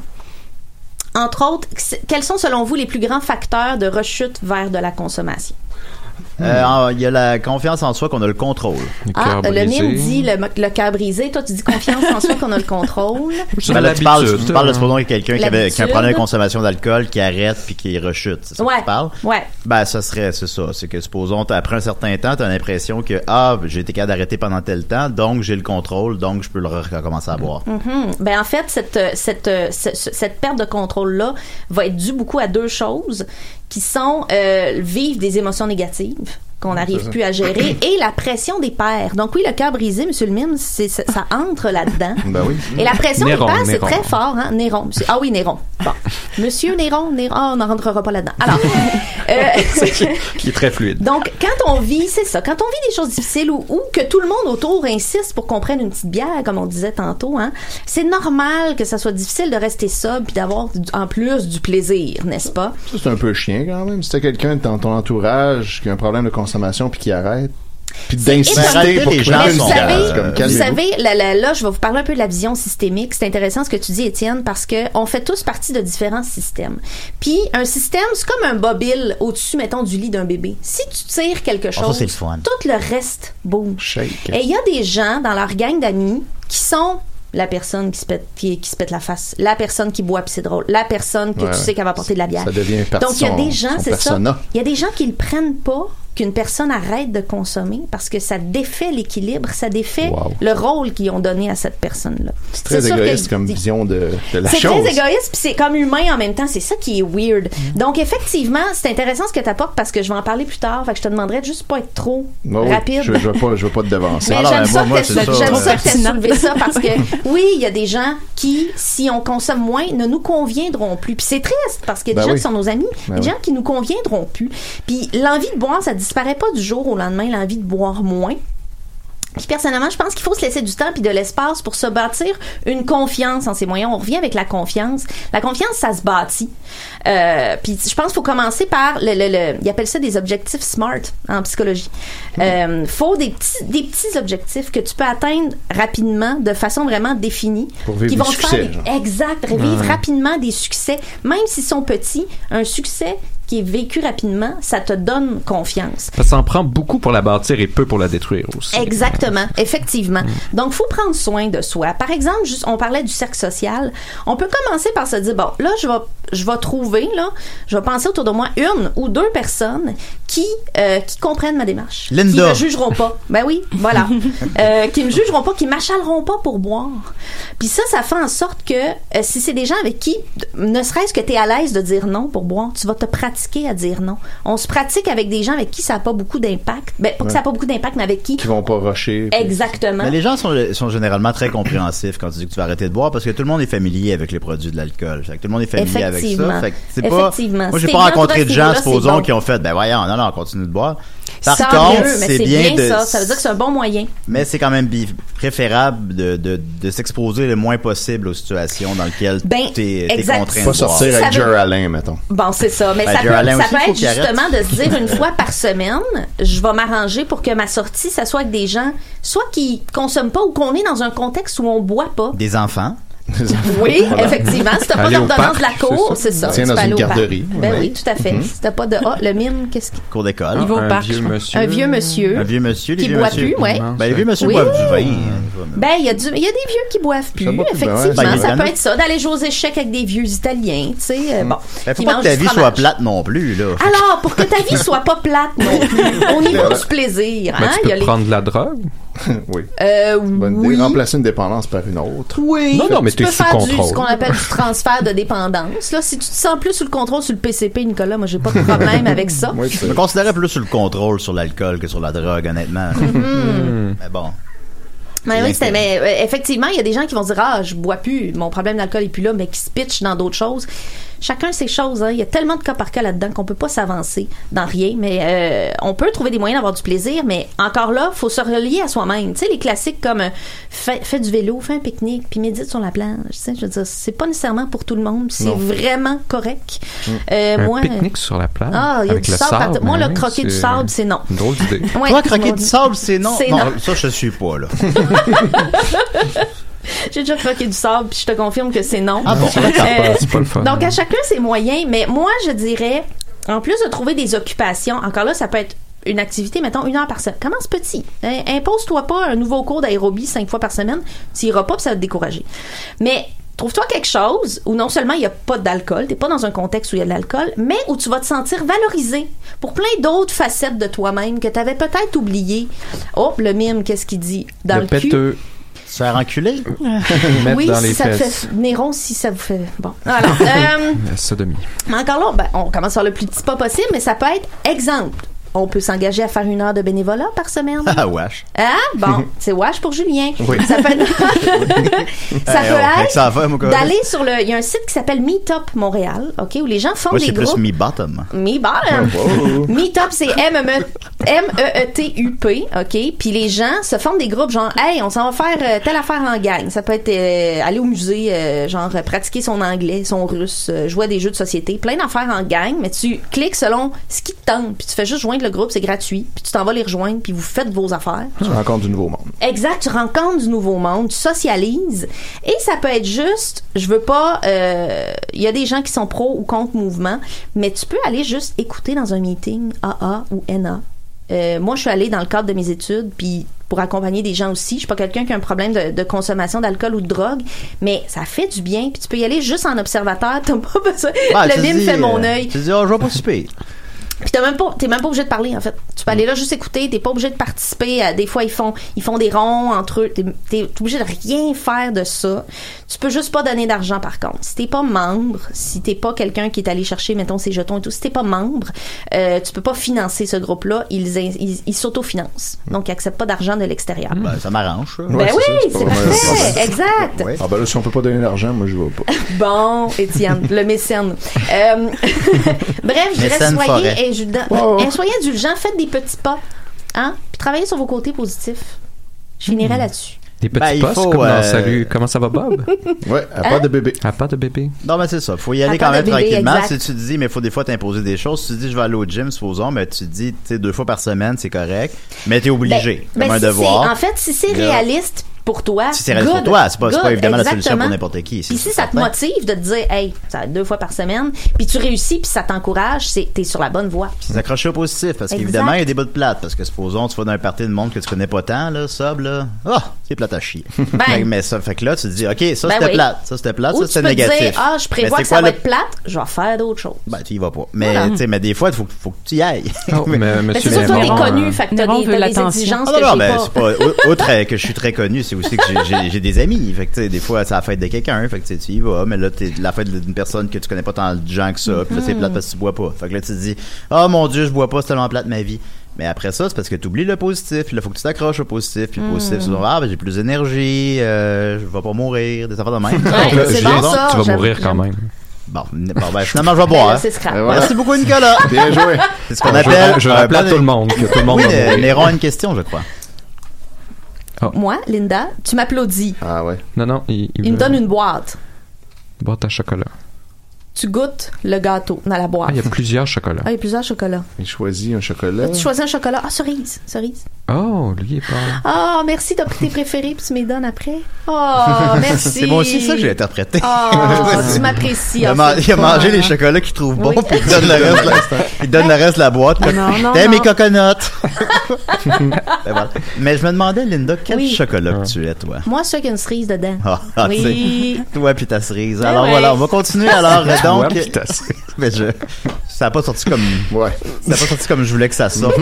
Entre autres, que- quels sont selon vous les plus grands facteurs de rechute vers de la consommation?
Euh, en- Il y a la confiance en soi qu'on a le contrôle.
Ah, le mime dit le, mo- le cœur brisé. Toi, tu dis confiance en soi qu'on a le contrôle.
Ben là, tu, parles, tu parles de ce moment avec quelqu'un qui, avait- qui a un
L'habitude.
problème de consommation d'alcool, qui arrête puis qui rechute. C'est ça que
Ouais.
tu parles?
Ouais.
Ben, ça serait, c'est ça. C'est que, supposons, t'as- après un certain temps, t'as l'impression que, ah, j'ai été capable d'arrêter pendant tel temps, donc j'ai le contrôle, donc je peux le recommencer à boire.
Mhm. Ben en fait, cette, euh, cette, euh, ce- ce- cette perte de contrôle-là va être due beaucoup à deux choses qui sont euh, vivre des émotions négatives qu'on
c'est
n'arrive
ça.
plus à gérer et la pression des pairs. Donc oui, le cœur brisé, monsieur le mime, c'est, ça, ça entre là-dedans.
Ben oui.
Et la pression
Néron,
des pairs, c'est
Néron.
très fort, hein? Néron. monsieur- Ah oui, Néron. Bon. Monsieur Néron, Néron. Ah, on n'en rentrera pas là-dedans. Alors, euh,
Qui est très fluide.
Donc, quand on vit, c'est ça, quand on vit des choses difficiles ou, ou que tout le monde autour insiste pour qu'on prenne une petite bière, comme on disait tantôt, hein, c'est normal que ça soit difficile de rester sobre puis d'avoir du- en plus du plaisir, n'est-ce pas?
Ça, c'est un peu chien quand même. Si t'as quelqu'un dans ton entourage qui a un problème de consommation puis qui arrête, puis
Ben,
d'insister
étonnant.
pour
Les
qu'il
gens
prenne une
sont
case,
calmes.
comme
Vous
calmez-vous.
savez, là, là, là, je vais vous parler un peu de la vision systémique. C'est intéressant ce que tu dis, Étienne, parce que on fait tous partie de différents systèmes. Puis un système, c'est comme un mobile au-dessus, mettons, du lit d'un bébé. Si tu tires quelque
Oh,
ça,
chose,
c'est le fun.
tout le reste bouge.
Shake.
Et il y a des gens dans leur gang d'amis qui sont la personne qui se pète qui, qui se pète la face, la personne qui boit puis c'est drôle, la personne que
Ouais,
tu
ouais.
sais qu'elle va porter de la bière.
Ça devient partie
Donc il y a
de son-
des gens,
son
c'est ça.
persona.
Il y a des gens qui ne prennent pas qu'une personne arrête de consommer parce que ça défait l'équilibre, ça défait le rôle qu'ils ont donné à cette personne-là.
C'est très
sûr que-
égoïste comme vision de, de la
c'est
chose. Mm.
très égoïste, puis c'est comme humain en même temps. C'est ça qui est weird. Donc, effectivement, c'est intéressant ce que tu apportes parce que je vais en parler plus tard. Fait que je te demanderais de juste pas être trop
Ouais, Oh oui,
rapide.
Je, je veux pas, je veux pas te devancer. Ah
Mais j'aime ça, que t'aies- j'aime ça que t'aies
pertinent.
soulevé ça parce que oui, il y a des gens qui, si on consomme moins, ne nous conviendront plus. Puis c'est triste parce qu'il y a des
Ben
gens
oui.
qui sont nos amis,
Ben
des
oui.
gens qui nous conviendront plus. Puis l'envie de boire, ça disparaît pas du jour au lendemain, l'envie de boire moins. Puis personnellement, je pense qu'il faut se laisser du temps puis de l'espace pour se bâtir une confiance en ses moyens. On revient avec la confiance. La confiance, ça se bâtit. Euh, puis je pense qu'il faut commencer par le, le, le- ils appellent ça des objectifs SMART en psychologie.
Mm.
Euh, faut des petits, des petits objectifs que tu peux atteindre rapidement, de façon vraiment définie,
Pour vivre
qui
des
vont te
succès,
faire
genre.
des- exact, vivre
Ouais.
rapidement des succès, même s'ils sont petits. Un succès qui est vécu rapidement, ça te donne confiance.
Ça s'en prend beaucoup pour la bâtir et peu pour la détruire aussi.
Exactement, effectivement. Donc, faut prendre soin de soi. Par exemple, juste, on parlait du cercle social. On peut commencer par se dire bon, là, je vais, je vais trouver là, je vais penser autour de moi une ou deux personnes qui euh, qui comprennent ma démarche, qui
Linda.
me jugeront pas. Ben oui, voilà, Euh, qui me jugeront pas, qui m'achaleront pas pour boire. Puis ça, ça fait en sorte que euh, si c'est des gens avec qui, ne serait-ce que tu es à l'aise de dire non pour boire, tu vas te pratiquer à dire non. On se pratique avec des gens avec qui ça n'a pas beaucoup d'impact. Ben, pas que ça n'a
Ouais.
pas beaucoup d'impact, mais avec qui
Qui vont pas rusher. puis-
Exactement.
Mais les gens sont, sont généralement très compréhensifs quand tu dis que tu vas arrêter de boire parce que tout le monde est familier avec les produits de l'alcool. Fait que tout le monde est familier avec
Effectivement.
ça. Fait que c'est pas,
Effectivement.
moi, j'ai
Si
pas
t'es
rencontré de
bien dans
gens,
ce
supposons,
niveau-là, c'est
qui ont fait, ben voyons, non, non, on continue de boire. Par
Tant
contre,
mieux, mais
c'est bien, de,
ça. Ça veut dire que c'est un bon moyen.
mais c'est quand même bi- préférable de, de, de s'exposer le moins possible aux situations dans lesquelles
Ben,
t'es, t'es
exact.
contraint de
Pas
boire.
sortir
Ça
avec
veut-
Jer Alain, mettons.
Bon, c'est ça. Mais
Ben,
ça
Joe Girl, Alain aussi,
ça peut
faut
être
qu'il arrête.
justement de se dire une fois par semaine, je vais m'arranger pour que ma sortie, ça soit avec des gens, soit qui consomment pas ou qu'on est dans un contexte où on boit pas.
Des enfants.
Oui, effectivement. Si t'as pas
Aller au
d'ordonnance de la
parc,
cour,
c'est
c'est
ça.
ça.
Tiens,
tu
dans
peux
une
aller au parc.
garderie,
Ben
ouais.
oui, tout à fait.
Mhm.
Si t'as pas de. Ah, le mime, qu'est-ce qu'il.
Cours d'école.
Il va au Un parc, vieux je pense. monsieur. Un vieux monsieur.
Un vieux monsieur.
Ah.
les
Qui
vieux
boit
monsieur.
plus, ouais.
Ben, les vieux monsieur
Oui.
boivent du vin. hein,
Ben, il y, a du- il y a des vieux qui boivent plus,
Ça boit plus, ben ouais,
effectivement.
ben,
ça
il y en
peut
a.
être ça, d'aller jouer aux échecs avec des vieux Italiens, tu sais. euh, Bon,
Ben, faut
qui
pas que
mangent
ta
du
vie soit
fromage. Ah.
plate non plus, là.
Alors, pour que ta vie soit pas plate non plus, au
Ben
niveau du plaisir,
Mais
hein,
Ben, tu
il y a
peux
les.
prendre-
De la drogue?
oui.
Euh,
Bonne idée. Remplacer une dépendance par une autre.
Oui,
Non, non, mais
tu
t'es
peux
sous
faire du,
contrôle.
ce qu'on appelle du transfert de dépendance. Là, si tu te sens plus sous le contrôle sur le PCP, Nicolas, moi, j'ai pas de problème avec ça.
Je me considérais plus sur le contrôle sur l'alcool que sur la drogue, honnêtement.
Mhm.
Mais bon.
Mais oui, c'est-
L'intérêt.
mais, euh, effectivement, il y a des gens qui vont dire Ah, je bois plus, mon problème d'alcool est plus là, mais qui se pitchent dans d'autres choses. Chacun ses choses. hein. Il y a tellement de cas par cas là-dedans qu'on peut pas s'avancer dans rien. Mais euh, on peut trouver des moyens d'avoir du plaisir, mais encore là, faut se relier à soi-même. Tu sais, les classiques comme euh, fais, fais du vélo, fais un pique-nique, puis médite sur la plage. Tu sais, je veux dire, c'est pas nécessairement pour tout le monde. C'est
Non.
vraiment correct. Euh,
un
moi,
pique-nique sur la plage.
Ah, il y a
avec
du
le hein,
sable partout. Moi,
mais
le
oui,
croquer du sable, c'est non.
une Drôle d'idée.
Ouais,
Toi,
tout
croquer
le monde-
du sable, c'est non.
C'est
Non,
non.
ça, je suis pas, là.
J'ai déjà croqué du sable, puis je te confirme que c'est non.
Ah bon,
Euh,
d'accord. C'est pas le fun.
Donc, à chacun ses moyens, mais moi, je dirais, en plus de trouver des occupations, encore là, ça peut être une activité, mettons, une heure par semaine. Commence petit. Hein, Impose-toi pas un nouveau cours d'aérobie cinq fois par semaine. Tu iras pas, puis ça va te décourager. Mais trouve-toi quelque chose où non seulement il n'y a pas d'alcool, t'es pas dans un contexte où il y a de l'alcool, mais où tu vas te sentir valorisé pour plein d'autres facettes de toi-même que tu avais peut-être oubliées. Oh, le mime, qu'est-ce qu'il dit? Dans le, cul.
Se faire enculer.
oui, si ça te fait Néron, si ça vous fait bon. Alors, euh,
La sodomie.
mais encore là, ben, on commence par le plus petit pas possible, mais ça peut être exemple. On peut s'engager à faire une heure de bénévolat par semaine.
Ah, wesh.
Hein? Bon, c'est wash pour Julien.
Oui.
Ça peut être, ça
Eh,
peut
oh, fait
être
que ça va, mon gars.
d'aller sur le. Il y a un site qui s'appelle Meetup Montréal, OK, où les gens font
Moi,
des
c'est plus
groupes.
mi-bottom.
Me bottom.
Oh, wow.
Meetup, c'est E M-E-E-T-U-P, OK? Puis les gens se forment des groupes genre, hey, on s'en va faire euh, telle affaire en gang. Ça peut être euh, aller au musée, euh, genre euh, pratiquer son anglais, son russe, euh, jouer à des jeux de société, plein d'affaires en gang, mais tu cliques selon ce qui te tente, puis tu fais juste joindre le groupe, c'est gratuit, puis tu t'en vas les rejoindre, puis vous faites vos affaires.
Ah.
Tu rencontres du nouveau monde.
Exact, tu rencontres du nouveau monde, tu socialises et ça peut être juste, je veux pas, euh, il y a des gens qui sont pro ou contre mouvement, mais tu peux aller juste écouter dans un meeting AA ou NA. Euh, moi, je suis allée dans le cadre de mes études, puis pour accompagner des gens aussi. Je suis pas quelqu'un qui a un problème de, de consommation d'alcool ou de drogue, mais ça fait du bien. Puis tu peux y aller juste en observateur, t'as pas besoin.
Ah, tu
le mime
dis,
fait
euh,
mon œil.
Tu dis, oh, je vais pas si pire.
Puis t'as même pas, t'es même pas obligé de parler en fait. Tu peux aller là juste écouter, t'es pas obligé de participer. à- des fois ils font, ils font des ronds entre eux. T'es, t'es obligé de rien faire de ça. Tu peux juste pas donner d'argent par contre. Si t'es pas membre, si t'es pas quelqu'un qui est allé chercher mettons ses jetons et tout, si t'es pas membre, euh, tu peux pas financer ce groupe-là. Ils, ils, ils s'autofinancent. Donc ils acceptent pas d'argent de l'extérieur.
Ben, ça m'arrange, ça.
Ben oui, c'est parfait, exact.
Ah ben là, si on peut pas donner d'argent, moi je vais pas.
Bon, Étienne, le mécène. Euh, Bref, je dirais
Mécène
soyez,
forêt.
indulgents- eh, soyez indulgents, faites des petits pas, hein, puis travaillez sur vos côtés positifs. Je finirai là-dessus.
Des
Ben,
petits
il
postes
faut,
comme dans
euh,
Salut, comment ça va Bob?
ouais,
à part de
bébé.
À part de bébé.
Non, mais c'est ça. Faut y aller
Attends
quand même
de bébé,
tranquillement.
exact.
Si tu te dis, mais faut des fois t'imposer des choses. Si tu te dis, je vais aller au gym, supposons, mais tu te dis, tu sais, deux fois par semaine, c'est correct. Mais t'es obligé.
Ben,
comme un
si
devoir.
c'est- En fait, si c'est
Là.
réaliste pour toi,
Si c'est réaliste pour
good,
toi, c'est pas, c'est pas
good,
évidemment la solution pour
exactement.
n'importe qui.
Puis si ça te motive de te dire, hey, ça va être deux fois par semaine, puis tu réussis, puis ça t'encourage, c'est t'es sur la bonne voie.
S'accrocher au positif, parce qu'évidemment, il y a des bouts de plate. Parce que supposons, tu vas dans un party de monde que tu connais pas tant, là, sobre, là. Ah, c'est plate à chier. Fait que- mais ça, fait que là, tu te dis, OK, ça
Ben
c'était
oui.
plate, ça c'était plate,
Ou
ça
tu
c'était
peux te
négatif.
dire, ah, je
Mais
prévois
c'est
que ça
quoi
va
le-
être plate, je vais faire d'autres choses.
Ben, tu y vas pas. Mais,
Voilà.
tu sais, mais des fois, il faut, que- faut que tu y ailles.
Oh,
mais,
Mais Ben, c'est surtout t'es
euh,
connu, fait que t'as
Néron
des,
veut
t'as des
l'attention.
exigences
hein. Ah non,
que
non,
j'ai
ben,
pas.
c'est pas. au- Outre euh, que je suis très connu, c'est aussi que j'ai- j'ai- j'ai des amis. Fait que, tu sais, des fois, c'est la fête de quelqu'un. Fait que, tu sais, tu y vas, mais là, t'es la fête d'une personne que tu connais pas tant de gens que ça. Puis là, c'est
Mhm.
plate parce que tu bois pas. Fait que là, tu te dis, oh mon Dieu, je bois pas, c'est tellement plate ma vie. Mais après ça, c'est parce que tu oublies le positif. Puis là, faut que tu t'accroches au positif. Puis le positif, c'est genre, ah, ben, j'ai plus d'énergie, euh, je vais pas mourir, des affaires de même.
Ouais, Donc là, Ah, ben, c'est bon, Julien, ça, tu vas j'aime- mourir quand j'aime. même.
Bon, bon, ben, finalement, je vais boire.
là, c'est scrap.
Ben,
voilà.
Merci beaucoup, Nicolas.
Bien joué.
C'est ce qu'on
Je-
appelle.
je
un
rappelle à
bon-
tout le monde que tout le monde
Oui,
va
mais-
mourir.
mais Ron a une question, je crois.
Moi, Linda, tu m'applaudis.
Ah ouais.
ben.
Non, non, il, il
Il me
veut
donne une boîte.
boîte à chocolat.
tu goûtes le gâteau dans la boîte.
Ah, il y a plusieurs chocolats.
Ah, il y a plusieurs chocolats.
Il choisit un chocolat.
Tu choisis un chocolat. Ah, cerise. Cerise.
Oh, lui, il est pas.
Ah, merci, t'as pris tes préférés puis tu me les donnes après. Oh, merci.
C'est moi aussi ça que j'ai interprété.
Ah, tu m'apprécies.
Il a,
Ah,
man-
c'est
il a
le fun.
mangé les chocolats qu'il trouve bons,
Oui.
puis il donne le reste, de la- il donne le reste de la boîte.
Ah, non, non,
T'aimes
non.
mes coconuts! Ben voilà. Mais je me demandais, Linda, quel
Oui.
chocolat
Ah.
que tu es, toi?
Moi, c'est sûr qu'il y a une cerise dedans.
Ah, ah,
Oui.
tu sais, Toi puis ta cerise.
Ah
Alors
ouais.
voilà, on va continuer alors. euh,
Toi
donc,
puis ta
mais je, ça n'a pas sorti comme.
Ouais.
Ça n'a pas sorti comme je voulais que ça sorte.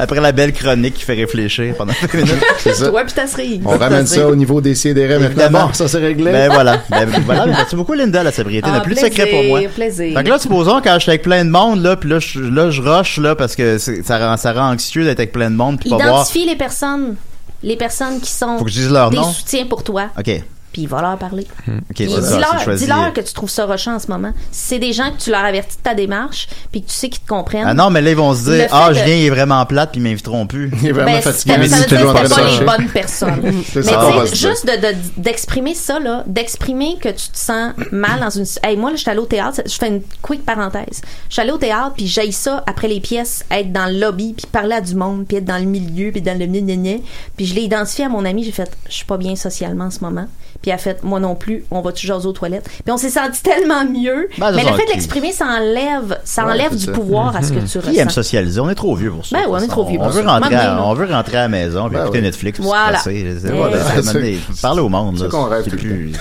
Après la belle chronique qui fait réfléchir pendant deux minutes.
C'est ça.
Toi puis ta cerise.
On ramène ça au niveau des CDR maintenant.
Évidemment.
Bon, ça c'est réglé.
Ben voilà. Ben voilà. mais Merci beaucoup, Linda, la sobriété. n'a
Ah,
plus de
plaisir,
secret pour moi.
plaisir.
Fait que là, supposons quand je suis avec plein de monde, là, puis là, je, là, je rush, là, parce que c'est- ça rend, ça rend anxieux d'être avec plein de monde, puis pas voir.
Identifie les personnes. Les personnes qui sont
Faut que je dise leur
des
nom.
soutiens pour toi.
OK.
Puis va leur parler.
OK,
Puis
c'est ça,
dis-leur,
c'est choisi.
dis-leur que tu trouves ça rochant en ce moment. Si c'est des gens que tu leur avertis de ta démarche, puis que tu sais qu'ils te comprennent.
Ah non, mais là, ils vont se
Le
dire,
fait
ah,
de-
je viens, il est vraiment plate, puis ils m'inviteront plus.
Il est
Ben, ça- ça veut dire que c'était pas les bonnes personnes. Mais
C'est ça, on va
tu
se
sais,
dire.
juste de- de- d'exprimer ça, là, d'exprimer que tu te sens mal dans une... Hey, moi, là, je suis allée au théâtre, je fais une quick parenthèse. Je suis allée au théâtre, puis j'ai ça après les pièces, être dans le lobby, puis parler à du monde, puis être dans le milieu, puis dans le gna-gna-gna. Puis je l'ai identifié à mon ami, j'ai fait, je suis pas bien socialement en ce moment. Puis elle a fait, moi non plus, on va toujours aux toilettes. Puis on s'est senti tellement mieux.
Ben,
Mais
ça
le fait
va
de
être-
l'exprimer, ça enlève, ça
Ouais,
enlève
c'est
du
ça. Mm-hmm.
pouvoir à ce que tu
Qui aime
ressens.
socialiser? On est trop vieux pour ça.
Ben ouais, on est trop vieux
On
pour
veut,
ça.
rentrer à,
Maintenant, là.
on veut rentrer à la maison, puis
Ben
écouter
ouais.
Netflix. puis
Voilà.
se passer. C'est-
Eh.
voilà,
C'est
à un
ça-
moment donné, Parler au monde.
C'est
là,
qu'on rêve
c'est
tout le
plus-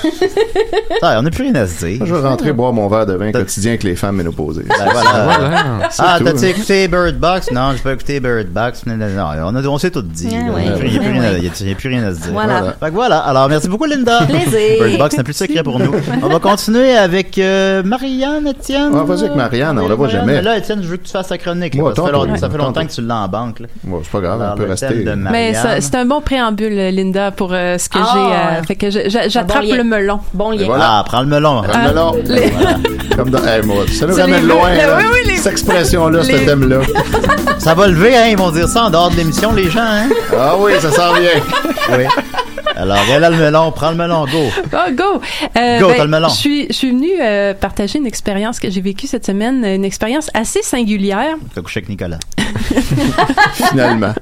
Ah, on n'a plus rien à se dire.
Je vais rentrer boire mon verre de vin quotidien avec les femmes ménopausées.
Ben voilà.
C'est
Ah,
tout.
t'as-tu écouté Bird Box? Non, j'ai pas écouté Bird Box. Non, non, non, On, a- on s'est tout dit.
Ah
là.
ouais,
Il n'y a, plus- il y a plus
ouais,
rien à-
ouais.
il y a- il y a plus rien à se dire.
Voilà.
Fait que voilà. Alors, merci beaucoup, Linda.
Plaisir.
Bird Box n'a plus de secret pour nous. On va continuer avec euh, Marianne, Étienne.
On va passer Ah, avec Marianne, on la voit
Marianne,
jamais.
mais Là, Étienne, je veux que tu fasses ta chronique.
Moi,
là, parce que ça fait
tantôt.
long- ça fait
Tantôt.
longtemps que tu l'as en banque. là.
Bon, c'est pas grave,
Alors,
on peut
le thème
rester.
de
Mais
Marianne.
ça- c'est un bon préambule, Linda, pour euh, ce que
Ah.
j'ai. euh, fait que je- j'a- j'attrape
Un bon lien.
le melon.
Bon lien.
Voilà.
Ah, prends le melon.
Prends le melon.
les-
Voilà. Comme dans. Eh, moi, ça nous
C'est
ramène
les-
loin.
le-
là.
oui, oui, les-
Cette expression-là, ce
les-
thème-là.
Ça va lever, hein, ils vont dire ça en dehors de l'émission, les gens. Hein?
Ah oui, ça s'en vient.
Oui. Alors, voilà le melon, prends le melon, go.
Oh, go! Euh,
Go, t'as le melon.
Je suis, je suis venue euh, partager une expérience que j'ai vécue cette semaine, une expérience assez singulière.
T'as couché avec Nicolas.
Finalement.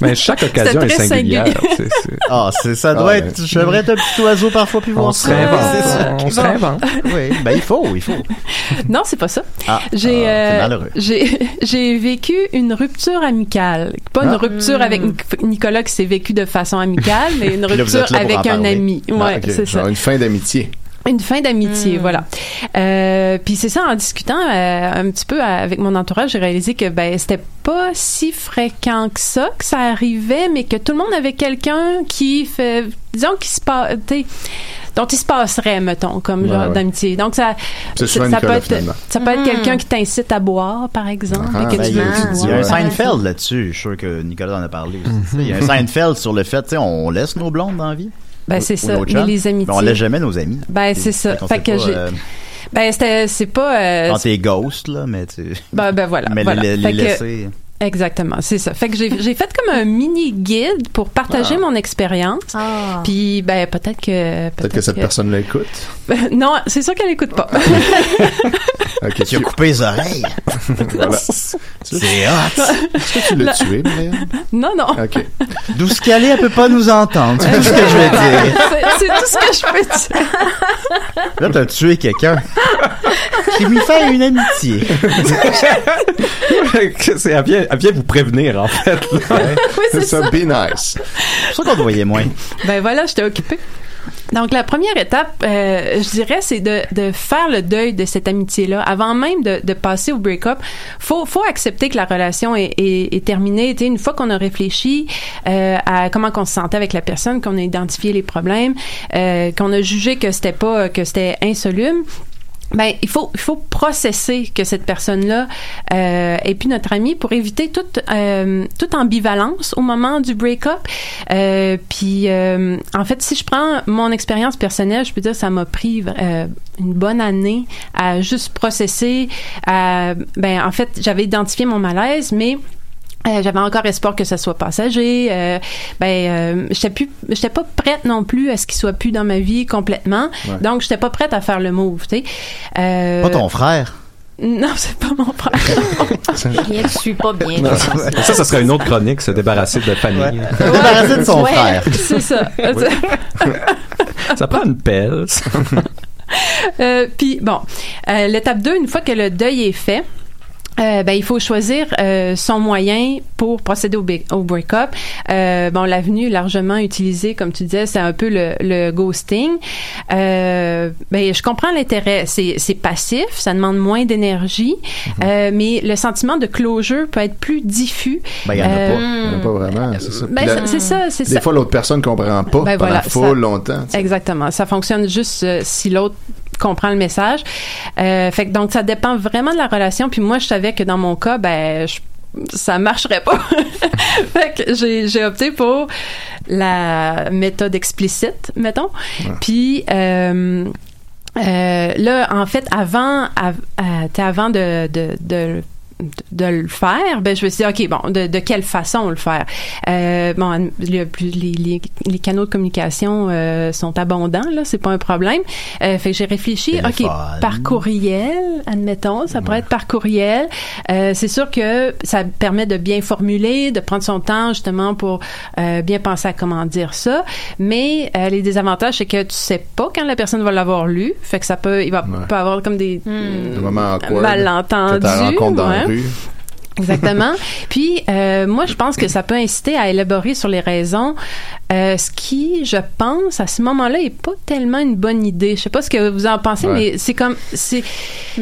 Mais chaque occasion est
C'était très
singulière.
singulier.
C'est- c'est-
Ah, c'est ça doit
Ah,
être. J'aimerais être un petit oiseau parfois puis
On
voir ça.
se
c'est ça.
réinvente. On se hein. réinvente.
Oui, ben il faut, il faut.
Non, c'est pas ça.
Ah,
J'ai
ah, c'est
euh,
malheureux.
j'ai j'ai vécu une rupture amicale, pas une
Ah.
rupture
Hmm.
avec Nic- Nicolas qui s'est vécu de façon amicale, mais une
Puis là, vous
rupture
êtes là pour
avec
en
un
parler.
ami. Ouais,
Ah, ok.
c'est ça.
Genre une fin d'amitié.
Une fin
Hmm.
d'amitié, voilà. Euh, puis c'est ça, en discutant euh, un petit peu à- avec mon entourage, j'ai réalisé que ben c'était pas si fréquent que ça, que ça arrivait, mais que tout le monde avait quelqu'un qui fait, disons, qui se passe, dont il se passerait, mettons, comme
Ouais,
genre
ouais.
d'amitié. Donc ça,
C'est souvent
ça, peut
Nicolas,
être,
finalement.
ça peut
Hmm.
être quelqu'un qui t'incite à boire, par exemple,
Ah,
et que
Ben,
tu
il y a-
veux-
il y a un
Ouais.
Seinfeld là-dessus. Je suis sûr que Nicolas en a parlé. aussi, tu sais. Il y a un Seinfeld sur le fait, tu sais, on laisse nos blondes dans la vie.
Ben c'est
Ou
ça,
nos
mais
chums.
les amitiés.
Mais on laisse jamais nos amis.
ben c'est ça.
Fait qu'on
Fait
sait
que
pas,
j'ai,
euh,
ben c'était, c'est pas. euh,
Quand t'es ghost, là, mais tu.
Ah,
ben, ben voilà.
Mais
voilà.
les, les
Fait que-
laisser.
Exactement, c'est ça. Fait que j'ai j'ai fait comme un mini guide pour partager mon expérience.
Ah.
Puis ben peut-être que
Peut-être que cette personne-là écoute.
non, c'est sûr qu'elle écoute pas.
Ok,
Tu as
tu,
coupé les oreilles.
voilà.
C'est hot.
Est-ce que tu l'as tué, Marianne?
non non.
Ok.
D'où ce qu'elle est, elle peut pas nous entendre. C'est tout ce que je veux dire.
C'est c'est tout ce que je peux dire.
Là, t'as tué quelqu'un. J'ai mis fin à une amitié.
C'est à bien, à bien vous prévenir, en fait.
Oui, c'est ça.
ça, be nice.
C'est pour ça qu'on te voyait moins.
Ben voilà, j'étais occupée. Donc la première étape, euh, je dirais, c'est de, de faire le deuil de cette amitié-là. Avant même de, de passer au break-up, faut faut accepter que la relation est, est, est terminée. Tu sais, une fois qu'on a réfléchi euh, à comment qu'on se sentait avec la personne, qu'on a identifié les problèmes, euh, qu'on a jugé que c'était pas que c'était insoluble. Ben, il faut, il faut processer que cette personne-là euh, et puis notre ami pour éviter toute, euh, toute ambivalence au moment du break-up. Euh, puis, euh, en fait, si je prends mon expérience personnelle, je peux dire ça m'a pris euh, une bonne année à juste processer. À, ben, en fait, j'avais identifié mon malaise, mais Euh, j'avais encore espoir que ça soit passager. Euh, ben, euh, j'étais plus, j'étais pas prête non plus à ce qu'il soit plus dans ma vie complètement.
Ouais.
Donc, j'étais pas prête à faire le move, tu sais. Euh,
Pas ton frère.
Non, c'est pas mon frère.
Rien ne suit pas bien.
Non, ça, ça serait une autre chronique, se débarrasser de famille.
Débarrasser de son
Ouais,
frère.
C'est ça.
Oui. Ça prend une pelle.
Euh, Puis bon, euh, l'étape 2, une fois que le deuil est fait, euh, ben, il faut choisir euh, son moyen pour procéder au, ba- au break-up. Euh, bon, l'avenue largement utilisée, comme tu disais, c'est un peu le, le ghosting. Euh, ben, je comprends l'intérêt. C'est c'est passif, ça demande moins d'énergie, euh, mais le sentiment de closure peut être plus diffus.
Ben, il n'y en a
Euh,
pas. Il n'y en a pas vraiment. C'est ça.
ben,
Puis la-
c'est- c'est ça, c'est
Des
ça.
fois, l'autre personne ne comprend pas
Ben
pendant
voilà,
full
ça-
longtemps. tu sais.
Exactement. Ça fonctionne juste euh, si l'autre comprend le message. Euh, fait que donc ça dépend vraiment de la relation. Puis moi, je savais que dans mon cas, ben je- ça marcherait pas. fait que j'ai, j'ai opté pour la méthode explicite, mettons. Puis euh, euh, là, en fait, avant, av- euh, t'sais, avant de, de, de de le faire, ben je me suis dit, OK, bon, de, de quelle façon le faire? Euh, bon, il y a plus- les, les- les canaux de communication euh, sont abondants, là, c'est pas un problème. Euh, fait que j'ai réfléchi, OK,
Téléphone.
par courriel, admettons, ça pourrait être par courriel. Euh, c'est sûr que ça permet de bien formuler, de prendre son temps, justement, pour euh, bien penser à comment dire ça. Mais euh, les désavantages, c'est que tu sais pas quand la personne va l'avoir lu. Fait que ça peut, il va
Ouais.
peut avoir comme des
Hmm.
euh,
Des moments awkward.
malentendus.
Que t'en rencontres dans la
ouais.
rue.
Exactement. Puis euh, moi, je pense que ça peut inciter à élaborer sur les raisons, euh, ce qui, je pense, à ce moment-là, est pas tellement une bonne idée. Je sais pas ce que vous en pensez,
Ouais.
mais c'est comme c'est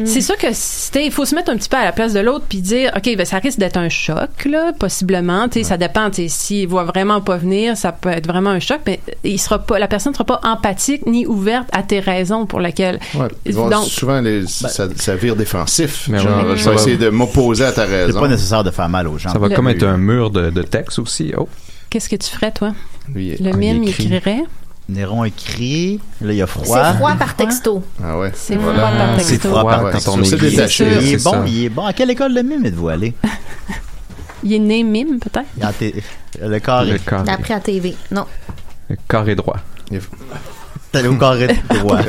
c'est sûr que c'était il faut se mettre un petit peu à la place de l'autre puis dire ok ben ça risque d'être un choc là possiblement tu sais ça dépend tu sais s'il voit vraiment pas venir ça peut être vraiment un choc mais il sera pas la personne sera pas empathique ni ouverte à tes raisons pour lesquelles
Ouais. Ils vont-
Donc-
souvent, les- ça, ça vire défensif.
Mais
genre,
ouais.
je
Ça
vais
va-
essayer de m'opposer à ta
C'est
raison.
pas nécessaire de faire mal aux gens.
Ça va
Le-
comme être un mur de, de texte aussi. Oh,
qu'est-ce que tu ferais toi
Lui, il-
le
il
mime il
écrit.
crierait
Néron écrit. Là, il y a
C'est
froid.
froid par texto.
Ah ouais.
c'est
Voilà.
froid par
C'est
texto.
froid par
Ouais,
texto.
quand on est
Il est-
détaché,
Il est
c'est
bon,
ça.
il est bon. À quelle école le mime êtes-vous allé?
il est né mime peut-être
Il en t- Le carré.
le
Ah.
carré,
D'après à TV. Non.
le carré droit.
T'es allé au carré de droit.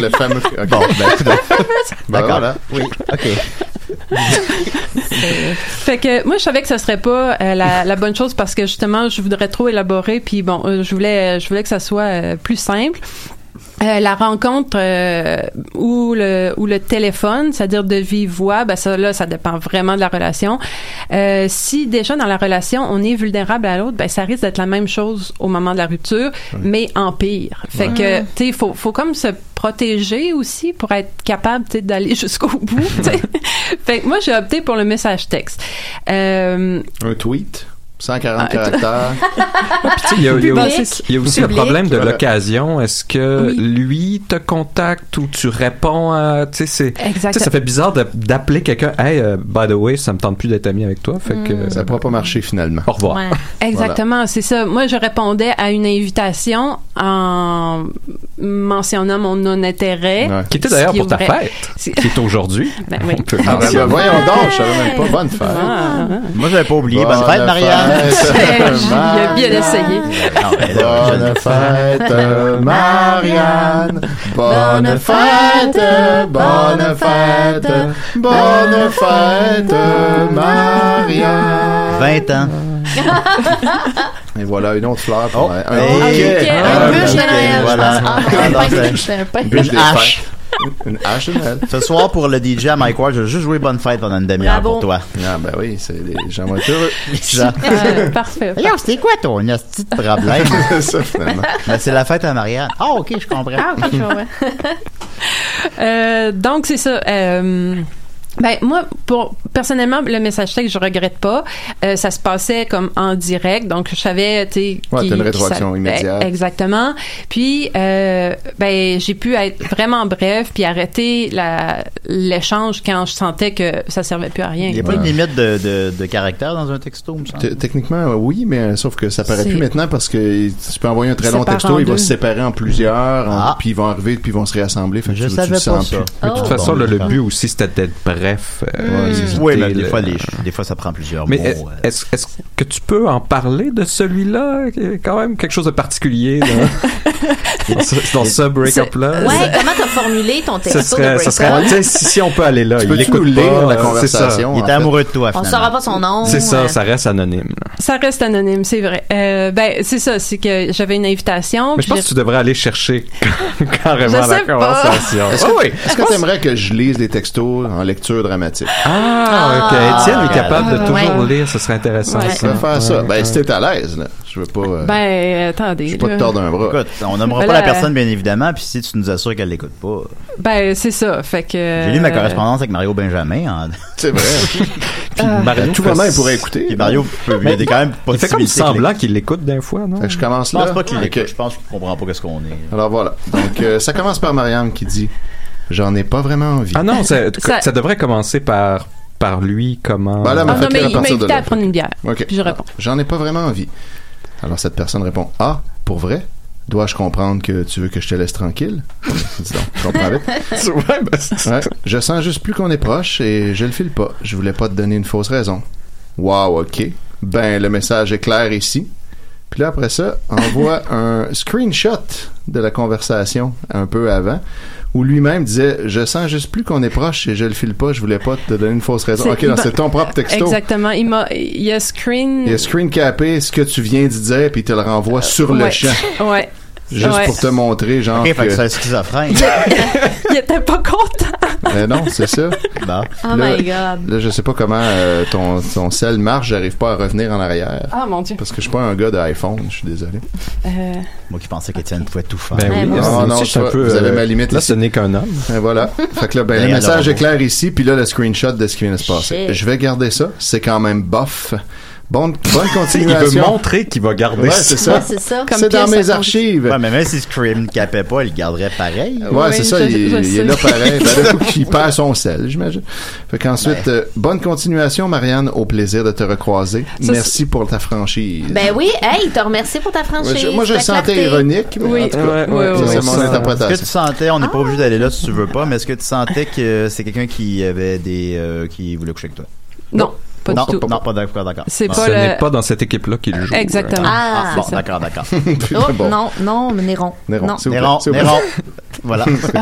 le fameux. ok.
Bon, ben, écoute,
Ben
d'accord.
voilà.
Oui, ok.
Fait que moi, je savais que ce serait pas euh, la, la bonne chose parce que justement, je voudrais trop élaborer. Puis bon, euh, je voulais, je voulais que ça soit euh, plus simple. Euh, la rencontre euh, ou le ou le téléphone, c'est-à-dire de vive voix, ben ça là, ça dépend vraiment de la relation. Euh, si déjà dans la relation on est vulnérable à l'autre, ben ça risque d'être la même chose au moment de la rupture, mais en pire. Fait
Hmm.
que tu sais, faut faut comme se protéger aussi pour être capable tu sais, d'aller jusqu'au bout. tu sais. fait que moi j'ai opté pour le message texte. Euh,
Un tweet. 140 caractères.
Puis tu sais, il y a, il y a-
Public.
il y a aussi le
Public.
problème de
Voilà.
l'occasion. Est-ce que lui te contacte ou tu réponds à. Tu sais, c'est. Tu sais,
exactement.
ça fait bizarre de- d'appeler quelqu'un. Hey, euh, by the way, ça me tente plus d'être ami avec toi. Fait que.
Mm.
Ça pourra pas marcher finalement.
Au revoir.
Ouais.
Exactement, c'est ça. Moi, je répondais à une invitation en mentionnant mon non-intérêt.
Ouais.
Qui était
Ce
d'ailleurs
qui
pour ta
est vrai.
fête,
C'est-
qui est aujourd'hui.
Ben oui.
On peut
Ah, ben,
mentionner.
ben, voyons donc, je savais même pas. Bonne fête.
Ah, ah.
Moi, j'avais pas oublié. Ben, Bonne fête, Marianne.
Il a bien essayé.
Non, mais là, je-
Bonne fête, Marianne. Bonne fête, bonne fête, bonne fête, Marianne.
20 ans.
Et voilà une autre fleur. pour un- un
Oh, hey. Ah,
bouquet.
Ok,
Ah,
un
un
bûche de
bouquet,
Noël,
voilà.
je pense.
Un
Alors,
pain,
c'est-
c'est un pain.
Une bûche des
Une hache.
fêtes. Une hache de Noël.
Ce soir, pour le DJ à Mike Ward, je vais juste jouer Bonne Fête pendant une demi-heure
Bravo.
pour toi.
Ah, ben oui, c'est des gens vont être heureux.
Genre,
Euh, parfait.
Voyons, c'était quoi ton petit problème?
ça, finalement.
Ben, c'est la fête à Marianne. Ah, ok, je comprends.
Euh, donc, c'est ça. Euh, ben moi, pour personnellement, le message texte, je regrette pas. Euh, ça se passait comme en direct, donc je savais, tu sais,
Ouais,
qui-
t'as une
qui
rétroaction
ça-
immédiate.
Eh, Exactement. Puis, euh, ben j'ai pu être vraiment bref, puis arrêter la- l'échange quand je sentais que ça servait plus à rien.
Il n'y a pas une limite de, de, de caractère dans un texto, me semble.
T- Techniquement, euh, oui, mais euh, sauf que ça paraît
C'est-
plus maintenant parce que tu peux envoyer un très long
Sépare
texto,
en
il va
deux.
se séparer en plusieurs, en-
Ah.
puis ils vont arriver, puis ils vont se réassembler. Fait que
Je
tu, tu
savais
le
pas
sens
ça. Ah,
plus.
De toute façon, là, le but aussi, c'était d'être bref. bref.
Ouais,
Mm.
euh, éviter
oui, mais des
le-
fois, les- des fois, ça prend plusieurs
Mais
mots.
euh,
euh,
est- est-ce est-ce que tu peux en parler de celui-là Qui est Quand même quelque chose de particulier dans, dans ce, dans ce break-up-là.
Ouais, comment t'as formulé ton
Ce
texto de
serait, ce
break-up?
serait tu sais, si, si on peut aller là,
Tu
il
peux-tu
écoute
nous lire
pas,
la
euh, c'est ça.
conversation, Il en était fait? amoureux
de toi,
On saura pas son nom.
C'est ça,
euh,
ça reste anonyme. là.
Ça reste anonyme, c'est vrai. Euh, ben, c'est ça, c'est que j'avais une invitation.
Mais je
puis
pense que tu devrais aller chercher carrément
Je
la
sais pas.
conversation.
Est-ce
Ah
que
oui.
est-ce que t'aimerais que je lise des textos en lecture dramatique?
Ah, ok. Étienne est capable de
Ah,
toujours
ouais.
lire, ce serait intéressant.
Ouais.
Je vais faire ça.
Ouais,
Ben,
ouais.
si t'es à l'aise, là. Je veux pas. euh,
Ben, attendez.
je veux pas te
là.
tordre un bras.
Écoute, on nommera pas
Voilà.
la personne, bien évidemment, puis si tu nous assures qu'elle l'écoute pas.
Ben, c'est ça. Fait que.
J'ai lu ma
euh,
correspondance avec Mario Benjamin. En...
C'est vrai.
puis
Mario
à tout
fait
moment, il
ça.
pourrait écouter.
Puis Mario peut, il y a des quand même
Il hein? fait comme
possibilités que
semblant qu'il l'écoute d'un fois, non?
Fait que je commence
Je pense
là.
pas qu'il
Ok.
l'écoute. Je pense qu'il comprend pas ce qu'on est.
Alors voilà. Donc, euh, ça commence par Marianne qui dit J'en ai pas vraiment envie.
Ah non, ça,
Ça-
ça devrait commencer par, par lui, comment...
Ben là,
Ah
ma
non,
fait
mais
à
il m'a
partir de
invité
là.
à prendre une bière.
Ok. Ah,
Puis je réponds.
J'en ai pas vraiment envie. Alors cette personne répond Ah, pour vrai Dois-je comprendre que tu veux que je te laisse tranquille Dis donc, je comprends vite.
Ouais, ben, c'est-
Ouais. Je sens juste plus qu'on est proche et je le file pas. Je voulais pas te donner une fausse raison. Wow, ok. Ben, le message est clair ici. Puis là, après ça, envoie un screenshot de la conversation un peu avant, où lui-même disait Je sens juste plus qu'on est proche et je le file pas, je voulais pas te donner une fausse raison.
C'est-
Ok, non,
ben-
c'est ton propre texto.
Exactement. Il m'a. Il a screen. Euh,
Il a screencapé ce que tu viens de dire, puis il te le renvoie sur le
Ouais.
champ,
Ouais.
juste
Ouais.
pour te montrer, genre.
Ok, fait que
que-
c'est un schizophrène.
Il était pas content.
Mais non, c'est ça.
Bon.
Oh
Là-
my god.
Là, je sais pas comment euh, ton, ton sel marche, j'arrive pas à revenir en arrière.
Ah mon dieu.
Parce que je suis pas un gars d'iPhone, je suis désolé.
Euh,
Moi qui pensais qu'Étienne pouvait tout faire.
Ben
Ouais,
oui,
moi
aussi.
moi
Non,
aussi,
non,
je suis un
ça,
peu,
vous avez
euh,
ma limite
Là,
ici.
ce n'est qu'un homme.
Et voilà. fait que là, ben,
Et
le message
alors,
est clair ici, puis là, le screenshot de ce qui vient de se passer.
Shit.
Ah, bah, Je vais garder ça, c'est quand même bof. Bon, bonne
Il veut
continuation.
montrer qu'il va garder
ouais,
ça.
c'est ça.
Ouais, c'est ça.
Comme
C'est dans
pièce à
mes
conviction.
archives.
Ouais, mais même si Scream ne capait pas, il le garderait pareil.
Ouais,
Oui,
c'est ça,
je-
il,
je
il
sais.
est là pareil. Ben, d'un coup, il perd son sel, j'imagine. Fait qu'ensuite, euh, bonne continuation, Marianne. Au plaisir de te recroiser.
Ça,
Merci pour ta franchise.
Ben oui, hey, te remercie pour ta franchise.
Ouais, je- moi, je le
ta
sentais
clarté.
ironique, mais
Oui.
en tout cas,
Ouais, ouais,
ça,
ouais, ouais.
c'est mon
Ça-
Est-ce que
interprétation.
tu sentais, on n'est pas obligé d'aller là si tu veux pas, mais est-ce que tu sentais que c'est quelqu'un qui avait des, euh, qui voulait coucher avec toi?
non, pas
non,
du tout.
Non, pas d'accord, d'accord.
C'est
Bon.
pas
Ah, Ce
le-
n'est pas dans cette équipe-là qu'il joue.
Exactement.
Ah,
Ah, bon,
c'est ça.
d'accord, d'accord.
Oh,
Bon.
Non, non, Néron.
Néron,
Non.
s'il vous plaît,
Néron,
s'il vous plaît.
Néron. voilà.
C'est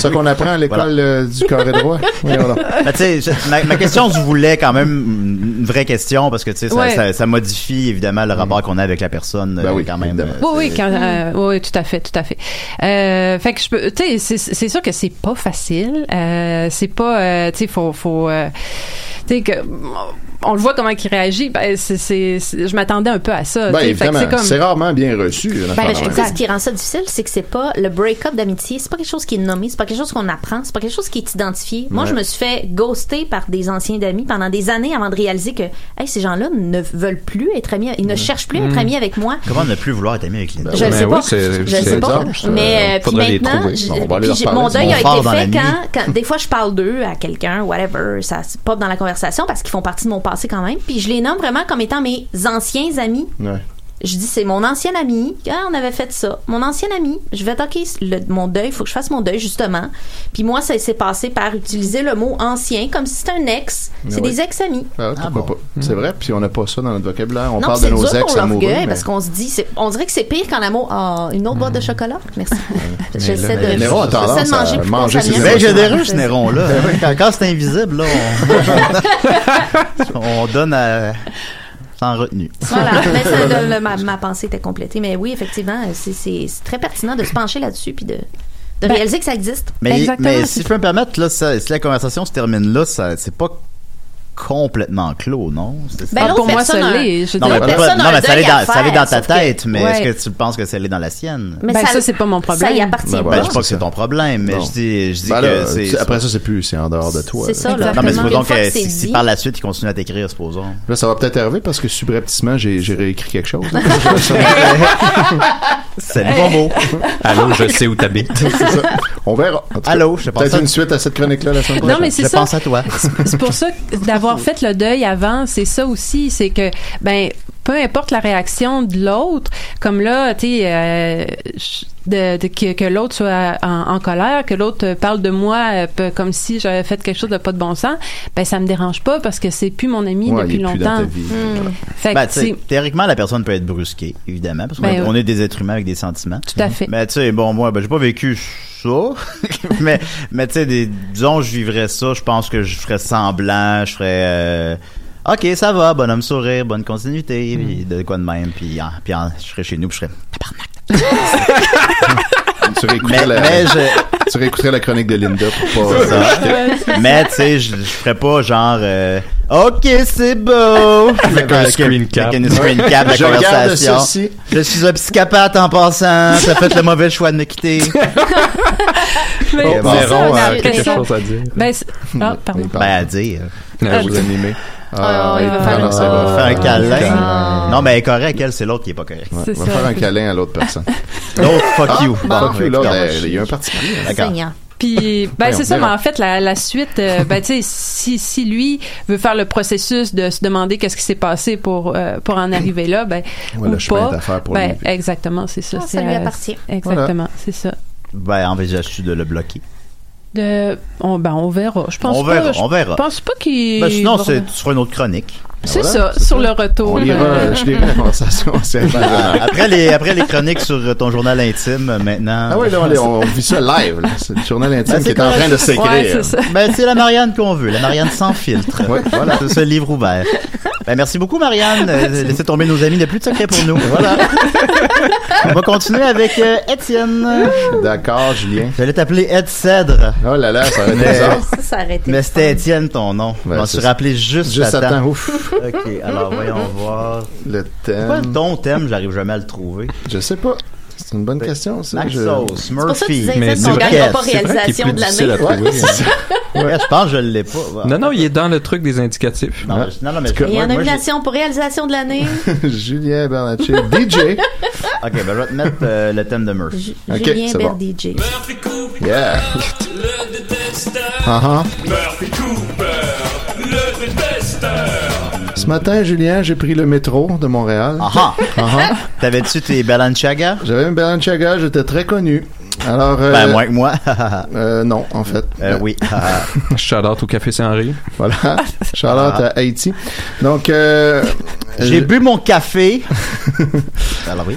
ça Ah. qu'on apprend à l'école
Voilà.
euh, du carré droit. Voyons donc.
Ben, tu sais, je- ma, ma question, je voulais quand même une vraie question parce que tu sais, ça,
Ouais.
ça, ça modifie évidemment le rapport qu'on a avec la personne
Mm. Ben
euh,
oui,
quand même.
évidemment.
euh,
Oui, oui, quand, euh, oui, oui, tout à fait, tout à fait. Euh, fait que je peux, tu sais, c'est- c'est sûr que c'est pas facile. Euh, c'est pas, euh, tu sais, faut, faut, euh, tu sais que on le voit comment il réagit. Ben, c'est, c'est, c'est- je m'attendais un peu à ça.
Ben,
tu sais. Fait que
évidemment,
c'est comme-
c'est rarement bien reçu. une affaire
Ben,
de
je
même.
trouve que ce qui rend ça difficile, c'est que c'est pas le break-up d'amitié, c'est pas quelque chose qui est nommé, c'est pas quelque chose qu'on apprend, c'est pas quelque chose qui est identifié. Moi,
Ouais.
je me suis fait ghoster par des anciens d'amis pendant des années avant de réaliser que hey, ces gens-là ne veulent plus être amis, ils ne cherchent plus à
Mm.
être amis avec moi.
Comment ne plus vouloir être ami avec les
Je ne
Ben
sais
oui,
pas.
c'est-
je
c'est
sais pas.
bizarre, ça.
Mais euh, puis
Faudrait les
maintenant,
trouver.
je-
Bon, on va aller
puis
leur
j'ai-
parler.
mon deuil
Ils
a
sont forts
été
dans la
fait
nuit.
quand, quand des fois je parle d'eux à quelqu'un, whatever, ça c'est pas dans la conversation parce qu'ils font partie de mon passé quand même. Puis je les nomme vraiment comme étant mes anciens amis.
Ouais.
Je dis c'est mon ancien ami, ah, on avait fait ça. Mon ancien ami, je vais ok le, mon deuil, faut que je fasse mon deuil justement. Puis moi ça s'est passé par utiliser le mot ancien comme si c'était un ex.
Mais
C'est
oui.
des ex amis.
Ah,
Ah
pourquoi
bon.
pas. C'est vrai, puis on n'a pas ça dans notre vocabulaire. On
non,
parle
c'est
de
dur
nos ex
pour
amoureux.
l'orgueil
mais-
parce qu'on se dit, c'est- on dirait que c'est pire qu'en amour. Ah, une autre boîte de chocolat, merci. J'essaie de,
Hmm. mais Néron a
j'essaie de
tendance à
manger plus
manger ses Ben
consciemment.
Ben,
émotions.
généreux, ce Néron-là. Quand, quand c'est invisible, là, on, on donne à... sans retenue.
Voilà, mais ça, le- le- ma, ma pensée était complétée. Mais oui, effectivement, c'est- c'est c'est très pertinent de se pencher là-dessus puis de, de
Ben,
réaliser que ça existe.
ah,
Mais,
Exactement,
mais
c'est-
si je peux me permettre, là, ça- si la conversation se termine là, ça, c'est pas complètement clos, non? C'est-
Ben,
Ah, pour
l'autre
moi, ça
personne a-
l'est. Je veux
non,
dire.
la
mais, pas-
personne a
non,
un
mais ça
deuil
l'est dans,
à
ça l'est dans ta
faire, sauf que-
tête, mais
Ouais.
est-ce que tu penses que ça l'est dans la sienne?
Mais
Ben, ça, c'est pas mon problème.
Ça y appartient
Ben,
Ben,
voilà.
pas.
je sais pas que c'est ton problème, mais
Non.
je dis, je dis
Ben
que
là,
c'est.
tu- après ça, c'est plus, c'est en dehors de toi.
C'est
là.
ça, là.
non, mais supposons
Une fois
que
c'est
si, si
dit,
par la suite, il continue à t'écrire, supposons.
Là, ça va peut-être arriver parce que subrepticement, j'ai j'ai réécrit quelque chose.
C'est le bon mot.
Allô, je sais où t'habites.
C'est ça. On verra. En tout cas,
Allô, je te pense
Peut-être
à-
une suite à cette chronique-là la semaine
Non,
prochaine.
mais c'est
je
ça.
pense à toi.
C'est pour ça que d'avoir fait le deuil avant, c'est ça aussi, c'est que ben peu importe la réaction de l'autre, comme là, tu sais, euh, de, de- que, que l'autre soit en, en colère, que l'autre parle de moi euh, peu- comme si j'avais fait quelque chose de pas de bon sens, ben ça me dérange pas parce que c'est plus mon ami
Ouais,
depuis
il est plus dans
longtemps.
ta vie.
Mm. Fait que
Ben, tu sais,
c'est-
théoriquement, la personne peut être brusquée, évidemment, parce qu'on
Ben
est-
oui.
on est des êtres humains avec des sentiments. Tout
à fait.
Mais tu sais, bon, moi, ben, j'ai pas vécu ça, mais, mais tu sais, des- disons, je vivrais ça, je pense que je ferais semblant, je ferais... euh, OK, ça va, bonhomme sourire, bonne continuité, puis de quoi de même, puis, en- puis en- je serais chez nous, puis je serais...
Tu réécouterais,
Mais-
la,
mais je-
tu réécouterais la chronique de Linda pour
C'est ça.
pas. acheter.
mais tu sais, je, je ferais pas genre euh, OK, c'est beau.
Avec un screen cap.
Avec une screen cap de la
Je regarde
conversation.
ceci.
Je suis un psychopathe en passant. T'as fait le mauvais choix de me quitter.
Mais-
Oh,
c'est
Véron
ça,
a
mais-
quelque
mais ça-
chose à dire.
Ben, c'est- ah, pardon.
Ben, à dire.
Euh,
Ah, vous
animez.
Ah, il va faire
on
un
va faire un
câlin.
câlin. Non, mais elle est correcte, elle, c'est l'autre qui est pas correct.
Ouais, on va faire un câlin à l'autre personne.
L'autre, fuck
Ah,
you.
non,
Bon,
l'autre,
d'accord.
elle- ben, il y a un parti pris. hein.
D'accord.
Puis, ben,
Voyons,
c'est ça, mais
Véron.
en fait, la, la suite, euh, ben, tu sais, si, si lui veut faire le processus de se demander qu'est-ce qui s'est passé pour, euh, pour en arriver là, ben,
Ouais,
ou
le chemin
pas,
est à faire pour
ben,
lui.
exactement, c'est ça.
Ah,
c'est,
ça lui
euh,
appartient.
Exactement,
Voilà.
c'est ça.
Ben, envisages-tu de le bloquer?
De, on, ben, on verra. Je pense
On verra,
pas, je
on verra.
pense pas qu'il...
Ben, sinon, c'est-
c'est...
tu feras une autre chronique.
C'est ça, sur le retour.
On ira,
Euh,
je lirai la
conversation. C'est
Ah, après, les, après les chroniques sur euh, ton journal intime, euh, maintenant.
Ah oui, là, on, est- on vit ça live. là. Bah, C'est le journal intime
Ben,
qui
c'est
est en train de
correct.
s'écrire.
Ben, c'est la Marianne qu'on veut, la Marianne sans filtre. voilà. C'est ce livre ouvert. Ben, merci beaucoup, Marianne. Euh, Laissez tomber nos amis, il n'y a plus de secret pour nous. Voilà. on va continuer avec euh, Étienne.
D'accord, Julien.
J'allais t'appeler Ed Cèdre.
Oh là là, ça aurait été
Mais-
bizarre.
Ça, ça aurait été
Mais c'était Étienne ton nom.
Ouais,
je m'en
c'est
suis
ça.
rappelé juste,
Juste à
à
temps, ouf. Euh,
OK, alors voyons voir.
Le thème.
Pourquoi ton thème, j'arrive jamais à le trouver?
Je sais pas. C'est une bonne question, ça.
Max
je-
Sauce,
pour ça que tu
Murphy.
disais ça, Mais qu'on c'est- gagnera pas c'est vrai qu'il est réalisation plus de l'année. difficile à trouver.
Ouais, c'est ça. Ouais, je pense que je l'ai pas. Ouais.
Non, non, il est dans le truc des indicatifs.
Non, non, mais
Et en nomination pour réalisation de l'année,
Julien Bernatchez, DJ.
Ok, ben je vais te mettre euh, le thème de Murphy.
Ok,
Julien
c'est
Bert
bon.
DJ.
Yeah. Uh-huh.
Murphy Cooper, le détesteur.
Ce matin, Julien, j'ai pris le métro de Montréal.
Ah ah. T'avais-tu tes Balenciaga?
J'avais une Balenciaga, j'étais très connu. Alors, euh,
Ben, moins que moi. Bah.
euh, non, en fait.
Euh, oui.
Shout out au Café Saint-Henri.
Voilà. Charlotte
Ah.
à Haïti. Donc, euh,
J'ai bu mon café. Ben, Alors oui.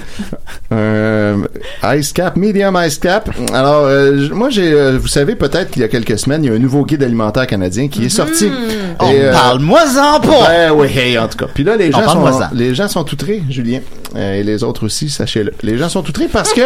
Euh, ice cap, medium ice cap. Alors, euh, j- moi, j'ai, euh, vous savez peut-être qu'il y a quelques semaines, il y a un nouveau guide alimentaire canadien qui est sorti.
On Oh, parle-moi-en pas!
euh, Ben oui, hey, en tout cas. Puis là, les
On
gens, sont,
parle-moi-en.
les gens sont outrés, Julien, Euh, et les autres aussi, sachez-le. Les gens sont outrés parce que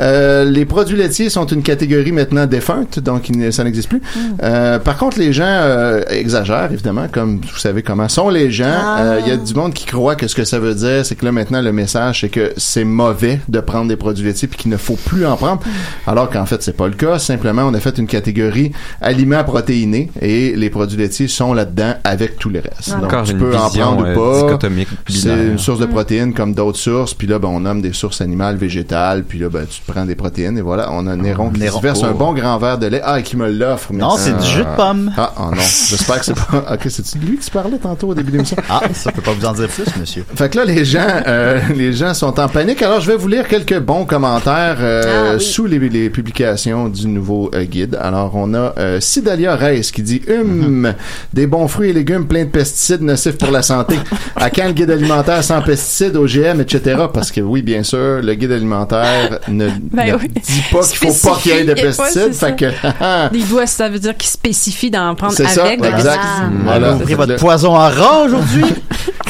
euh, les produits laitiers sont une catégorie maintenant défunte, donc il ne- ça n'existe plus. Euh, par contre, les gens euh, exagèrent, évidemment, comme vous savez comment sont les gens. Euh, Il y a du monde qui croit que ce que ça veut dire, c'est que là, maintenant, le message, c'est que c'est mauvais de prendre des produits laitiers puis qu'il ne faut plus en prendre, alors qu'en fait, c'est pas le cas. Simplement, on a fait une catégorie aliments protéinés et les produits laitiers sont là-dedans avec tout le reste.
Voilà.
Donc,
Encore
tu
une
peux en
vision,
prendre
euh,
ou pas.
dichotomique, binaire.
C'est une source de protéines comme d'autres sources. Puis là, ben, on nomme des sources animales, végétales. Puis là, ben, tu te prends des protéines et voilà, on a un Néron qui
Néron.
se verse
Oh.
un bon grand verre de lait. Ah, et qui me l'offre.
Non,
maintenant.
c'est du jus de pomme.
Ah, oh non. J'espère que c'est pas. Ok, c'est lui qui parlait tantôt au début de l'émission.
Ah, ça peut pas vous en dire plus, monsieur.
Fait que là, les gens, euh, les gens sont en panique. Alors, je vais vous lire quelques bons commentaires euh, sous les, les publications du nouveau euh, guide. Alors, on a euh, Sidalia Reis qui dit Hum, des bons fruits et légumes pleins de pesticides nocifs pour la santé. à quand le guide alimentaire sans pesticides, OGM, etc. Parce que oui, bien sûr, le guide alimentaire ne,
Ben
ne
oui.
dit pas qu'il faut pas qu'il y ait de
Spécifie, ouais,
pesticides.
c'est
fait que
Il doit, ça veut dire qu'il spécifie d'en prendre
c'est
avec.
ça,
de la-
exact.
Ah.
Voilà.
Vous pris votre
Le-
poison en rang aujourd'hui?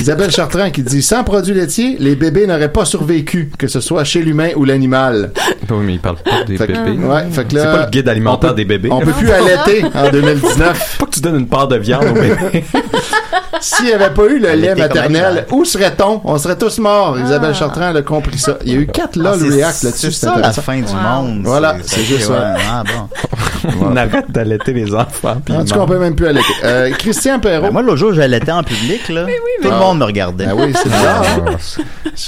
Isabelle Chartrand qui dit sans produits laitiers, les bébés n'auraient pas survécu, que ce soit chez l'humain ou l'animal.
Oui, mais il parle pas des
Fait que-
bébés.
ouais, fait que là-
c'est pas le guide alimentaire des bébés.
On peut plus allaiter en 2019.
Pas que tu donnes une part de viande aux bébés.
S'il n'y avait pas eu le lait
était comme
maternel, où serait-on On serait tous morts. Isabelle Chartrand elle a compris ça. Il y a eu quatre
Ah,
LOL
c'est-
React là-dessus.
c'est ça, la
intéressant.
fin du monde.
Voilà, c'est juste
ouais,
ça.
Ah, bon.
On arrête d'allaiter les enfants. puis
En
ils
tout cas, on
meurent.
peut même plus allaiter. Euh, Christian Perrault.
Ben, moi, l'autre jour, j'allaitais en public, là. Tout le
mais-
monde monde me regardait.
Ah oui, c'est bizarre.
Ah,
hein?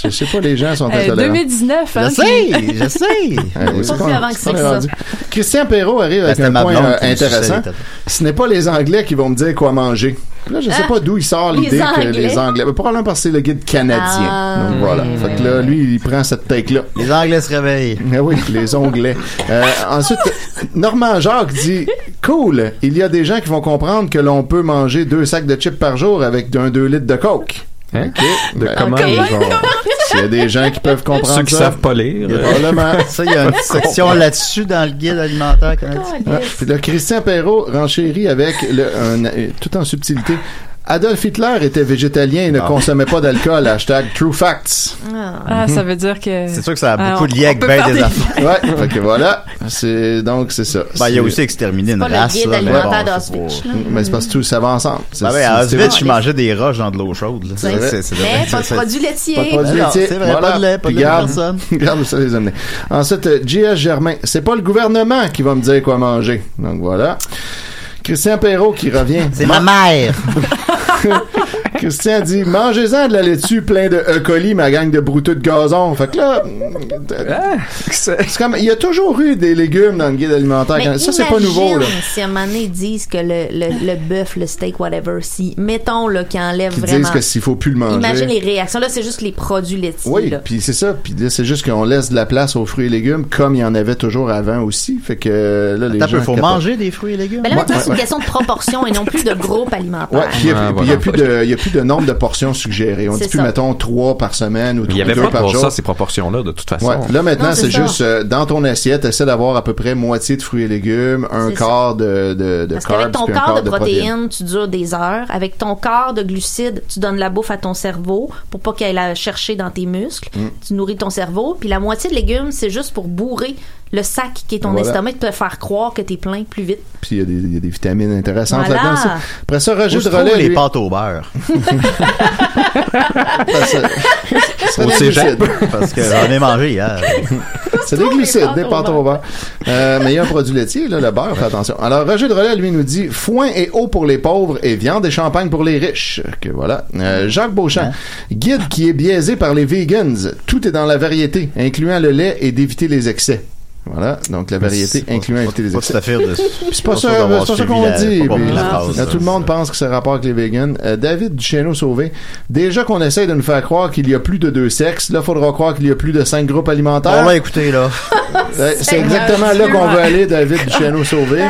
Je sais pas, les gens sont
Euh,
intolérants.
2019, hein,
Je sais,
puis-
je sais.
Ouais, oui,
Pas
c'est
plus avant que
c'est
c'est
pas
ça.
rendu. Christian Perrault arrive avec
c'était
un
ma
point
blonde
euh,
qui me suçait
intéressant.
les tables.
Ce n'est pas les Anglais qui vont me dire quoi manger. Là, je sais
Ah,
pas d'où il sort
les
l'idée que
Anglais.
les Anglais. Mais probablement parce que c'est le guide canadien.
Ah,
Donc
oui,
voilà.
oui,
fait que là, lui, il prend cette tête-là.
Les Anglais se réveillent.
oui, les Anglais. Euh, ensuite, Normand Jacques dit Cool, il y a des gens qui vont comprendre que l'on peut manger deux sacs de chips par jour avec un 2 litres de coke. OK.
hein? De
Ben,
comment les gens-
S'il y a des gens qui peuvent comprendre
Ceux qui
ça,
savent pas lire.
il y
euh,
a probablement-
Ça, il y a une petite section là-dessus dans le guide alimentaire canadien.
Ouais. Puis là, Christian Perrault renchérit avec le, un- euh, tout en subtilité. Adolf Hitler était végétalien et ne consommait pas d'alcool. Hashtag True Facts.
Ah, ça veut dire que.
C'est sûr
que ça a
Ah,
beaucoup
on-
de liens
on
avec
peut
ben
faire
des affaires.
Ouais, fait que voilà. C'est, donc, c'est ça.
Ben, il y a
C'est-
aussi exterminé une
pas le
race.
guide
là, mais
alimentaire
bon,
d'Auschwitz,
c'est pas-
là.
Mais c'est parce que tout ça va ensemble. C'est-
Ben oui,
c'est-
à
c'est-
Auschwitz, je mangeais des roches dans de l'eau chaude. là.
C'est vrai.
Mais
c'est-
pas de
c'est-
produits laitiers.
Pas de produits
Alors,
laitiers.
c'est vrai, pas de lait, pas
Puis
de lait de
garde-
personne.
Garde ça les amener. Ensuite, euh, J.S. Germain. C'est pas le gouvernement qui va me dire quoi manger. Donc voilà. Christian Perrault qui revient.
C'est ma mère.
Christian dit Mangez-en de la laitue plein de E. coli, ma gang de brouteux de gazon. Fait que là. c'est comme- Il y a toujours eu des légumes dans le guide alimentaire.
Mais
ça, c'est pas nouveau, là.
imagine Si à un moment donné, ils disent que le, le, le bœuf, le steak, whatever, si, mettons, là, qu'ils enlèvent
Qui
vraiment.
disent que s'il faut plus le manger.
Imagine les réactions. Là, c'est juste les produits laitiers.
Oui,
là.
puis c'est ça. Puis là, c'est juste qu'on laisse de la place aux fruits et légumes comme il y en avait toujours avant aussi. Fait que euh, là, les
Attends un
gens.
peu, faut
capotent.
manger des fruits et légumes.
Mais Ben là, maintenant,
Ouais,
c'est une
ouais,
question de proportion et non plus de groupe
Ouais,
alimentaire.
puis il n'y a,
Ah,
puis il y a
voilà.
plus de, il y a plus de nombre de portions suggérées. On
C'est
dit plus,
ça.
mettons, trois par semaine ou
Il y
trois-
avait
deux
pas
par
pour
jour.
ça ces proportions-là, de toute façon.
Ouais. Là maintenant,
Non, c'est
c'est
ça.
juste euh, dans ton assiette, essaie d'avoir à peu près moitié de fruits et légumes, un
C'est ça.
quart de, de, de
Parce
carbs,
qu'avec ton
puis un quart
corps de,
de protéines.
protéines, tu dures des heures. Avec ton corps de glucides, tu donnes la bouffe à ton cerveau pour pas qu'elle la chercher dans tes muscles.
Mm.
Tu nourris ton cerveau. Puis la moitié de légumes, c'est juste pour bourrer le sac qui est ton
Voilà.
estomac et te faire croire que t'es plein plus vite.
Puis il y, a des- il y a des vitamines intéressantes
Voilà. Oh
là-dedans. ça. Après ça, Roger
Où se
de relais.
trouvent les
lui-
pâtes au beurre?
c'est
Au
des
cégep.
glucides.
Parce que j'en ai mangé hier.
C'est des glucides, des
oh
pâtes au beurre. Euh, mais il y a un produit laitier, là, le beurre, fais attention. Alors, Roger de Relais, lui, nous dit foin et eau pour les pauvres et viande et champagne pour les riches. Que voilà. Euh, Jacques Beauchamp, guide qui est biaisé par les vegans. Tout est dans la variété, incluant le lait et d'éviter les excès. Voilà, donc la variété, incluant éviter les
Pas
excès.
tout à fait de-
C'est pas
pas sûr
ça,
d'avoir
c'est pas ça
suivi
qu'on
la-
dit.
pas compris
mais
la
là,
phrase,
là, tout le
ça,
monde pense que ça a rapport avec les vegans. Euh, David Duchesneau sauvé. Déjà qu'on essaie de nous faire croire qu'il y a plus de deux sexes, là, faudra croire qu'il y a plus de cinq groupes alimentaires.
On va écouter, là.
Ouais, C'est exactement là qu'on veut aller, David Duchesneau sauvé.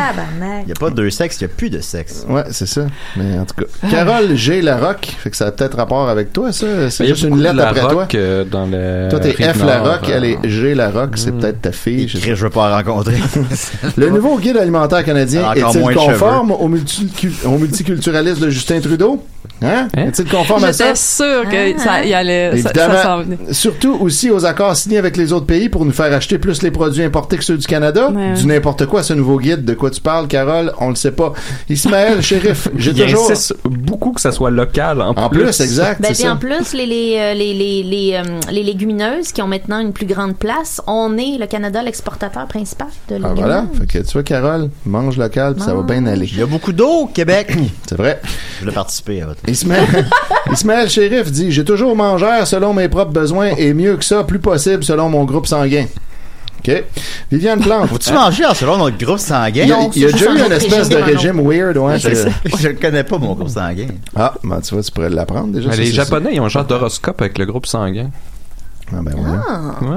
Il n'y a pas de deux sexes, il n'y a plus de sexe.
Ouais, c'est ça. Mais en tout cas, Carole G. Larocque, fait que ça a peut-être rapport avec toi, ça. C'est
Mais il y a
juste une
beaucoup de
lettre après toi.
Larocque, euh, dans le.
Toi, t'es F.
Rive-Nord,
Larocque, elle est
euh,
G. Larocque, c'est peut-être ta fille. je sais
Je ne veux pas la rencontrer.
Le nouveau guide alimentaire canadien
Encore moins
est-il
de
conforme au, multicu- au multiculturalisme de Justin Trudeau? Hein?
euh,
Est-il conforme à ça?
J'étais sûre
Ah,
que ça y allait. Ça,
Évidemment.
ça s'en venait.
Surtout aussi aux accords signés avec les autres pays pour nous faire acheter plus les produits importés que ceux du Canada.
Ouais,
Du n'importe quoi, ce nouveau guide. De quoi tu parles, Carole? On le sait pas. Ismaël, shérif, j'ai
Il
toujours...
insiste beaucoup que ça soit local, en plus.
En plus, exact,
Ben,
c'est
puis
ça.
en plus, les, les, euh, les, les, les, euh, les légumineuses qui ont maintenant une plus grande place, on est le Canada l'exportateur principal de
Ah,
légumineuses.
voilà. Fait que tu vois, Carole, mange local, puis Ah, ça va bien aller.
Il y a beaucoup d'eau au Québec.
C'est vrai.
Je voulais participer à votre.
Ismaël, Ismaël Shérif dit J'ai toujours mangère selon mes propres besoins et mieux que ça, plus possible selon mon groupe sanguin. OK. Viviane Plante.
Faut-tu manger en selon notre groupe sanguin?
Il y a, il y a déjà eu une espèce de régime weird, ouais.
Je,
que-
je le connais pas, mon groupe sanguin.
Ah, ben, tu vois, tu pourrais l'apprendre déjà.
Mais
ça,
Ben, les
c'est-
Japonais, ils ont un genre d'horoscope avec le groupe sanguin.
Ah, ben voilà.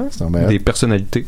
Ouais.
C'est normal.
Des personnalités.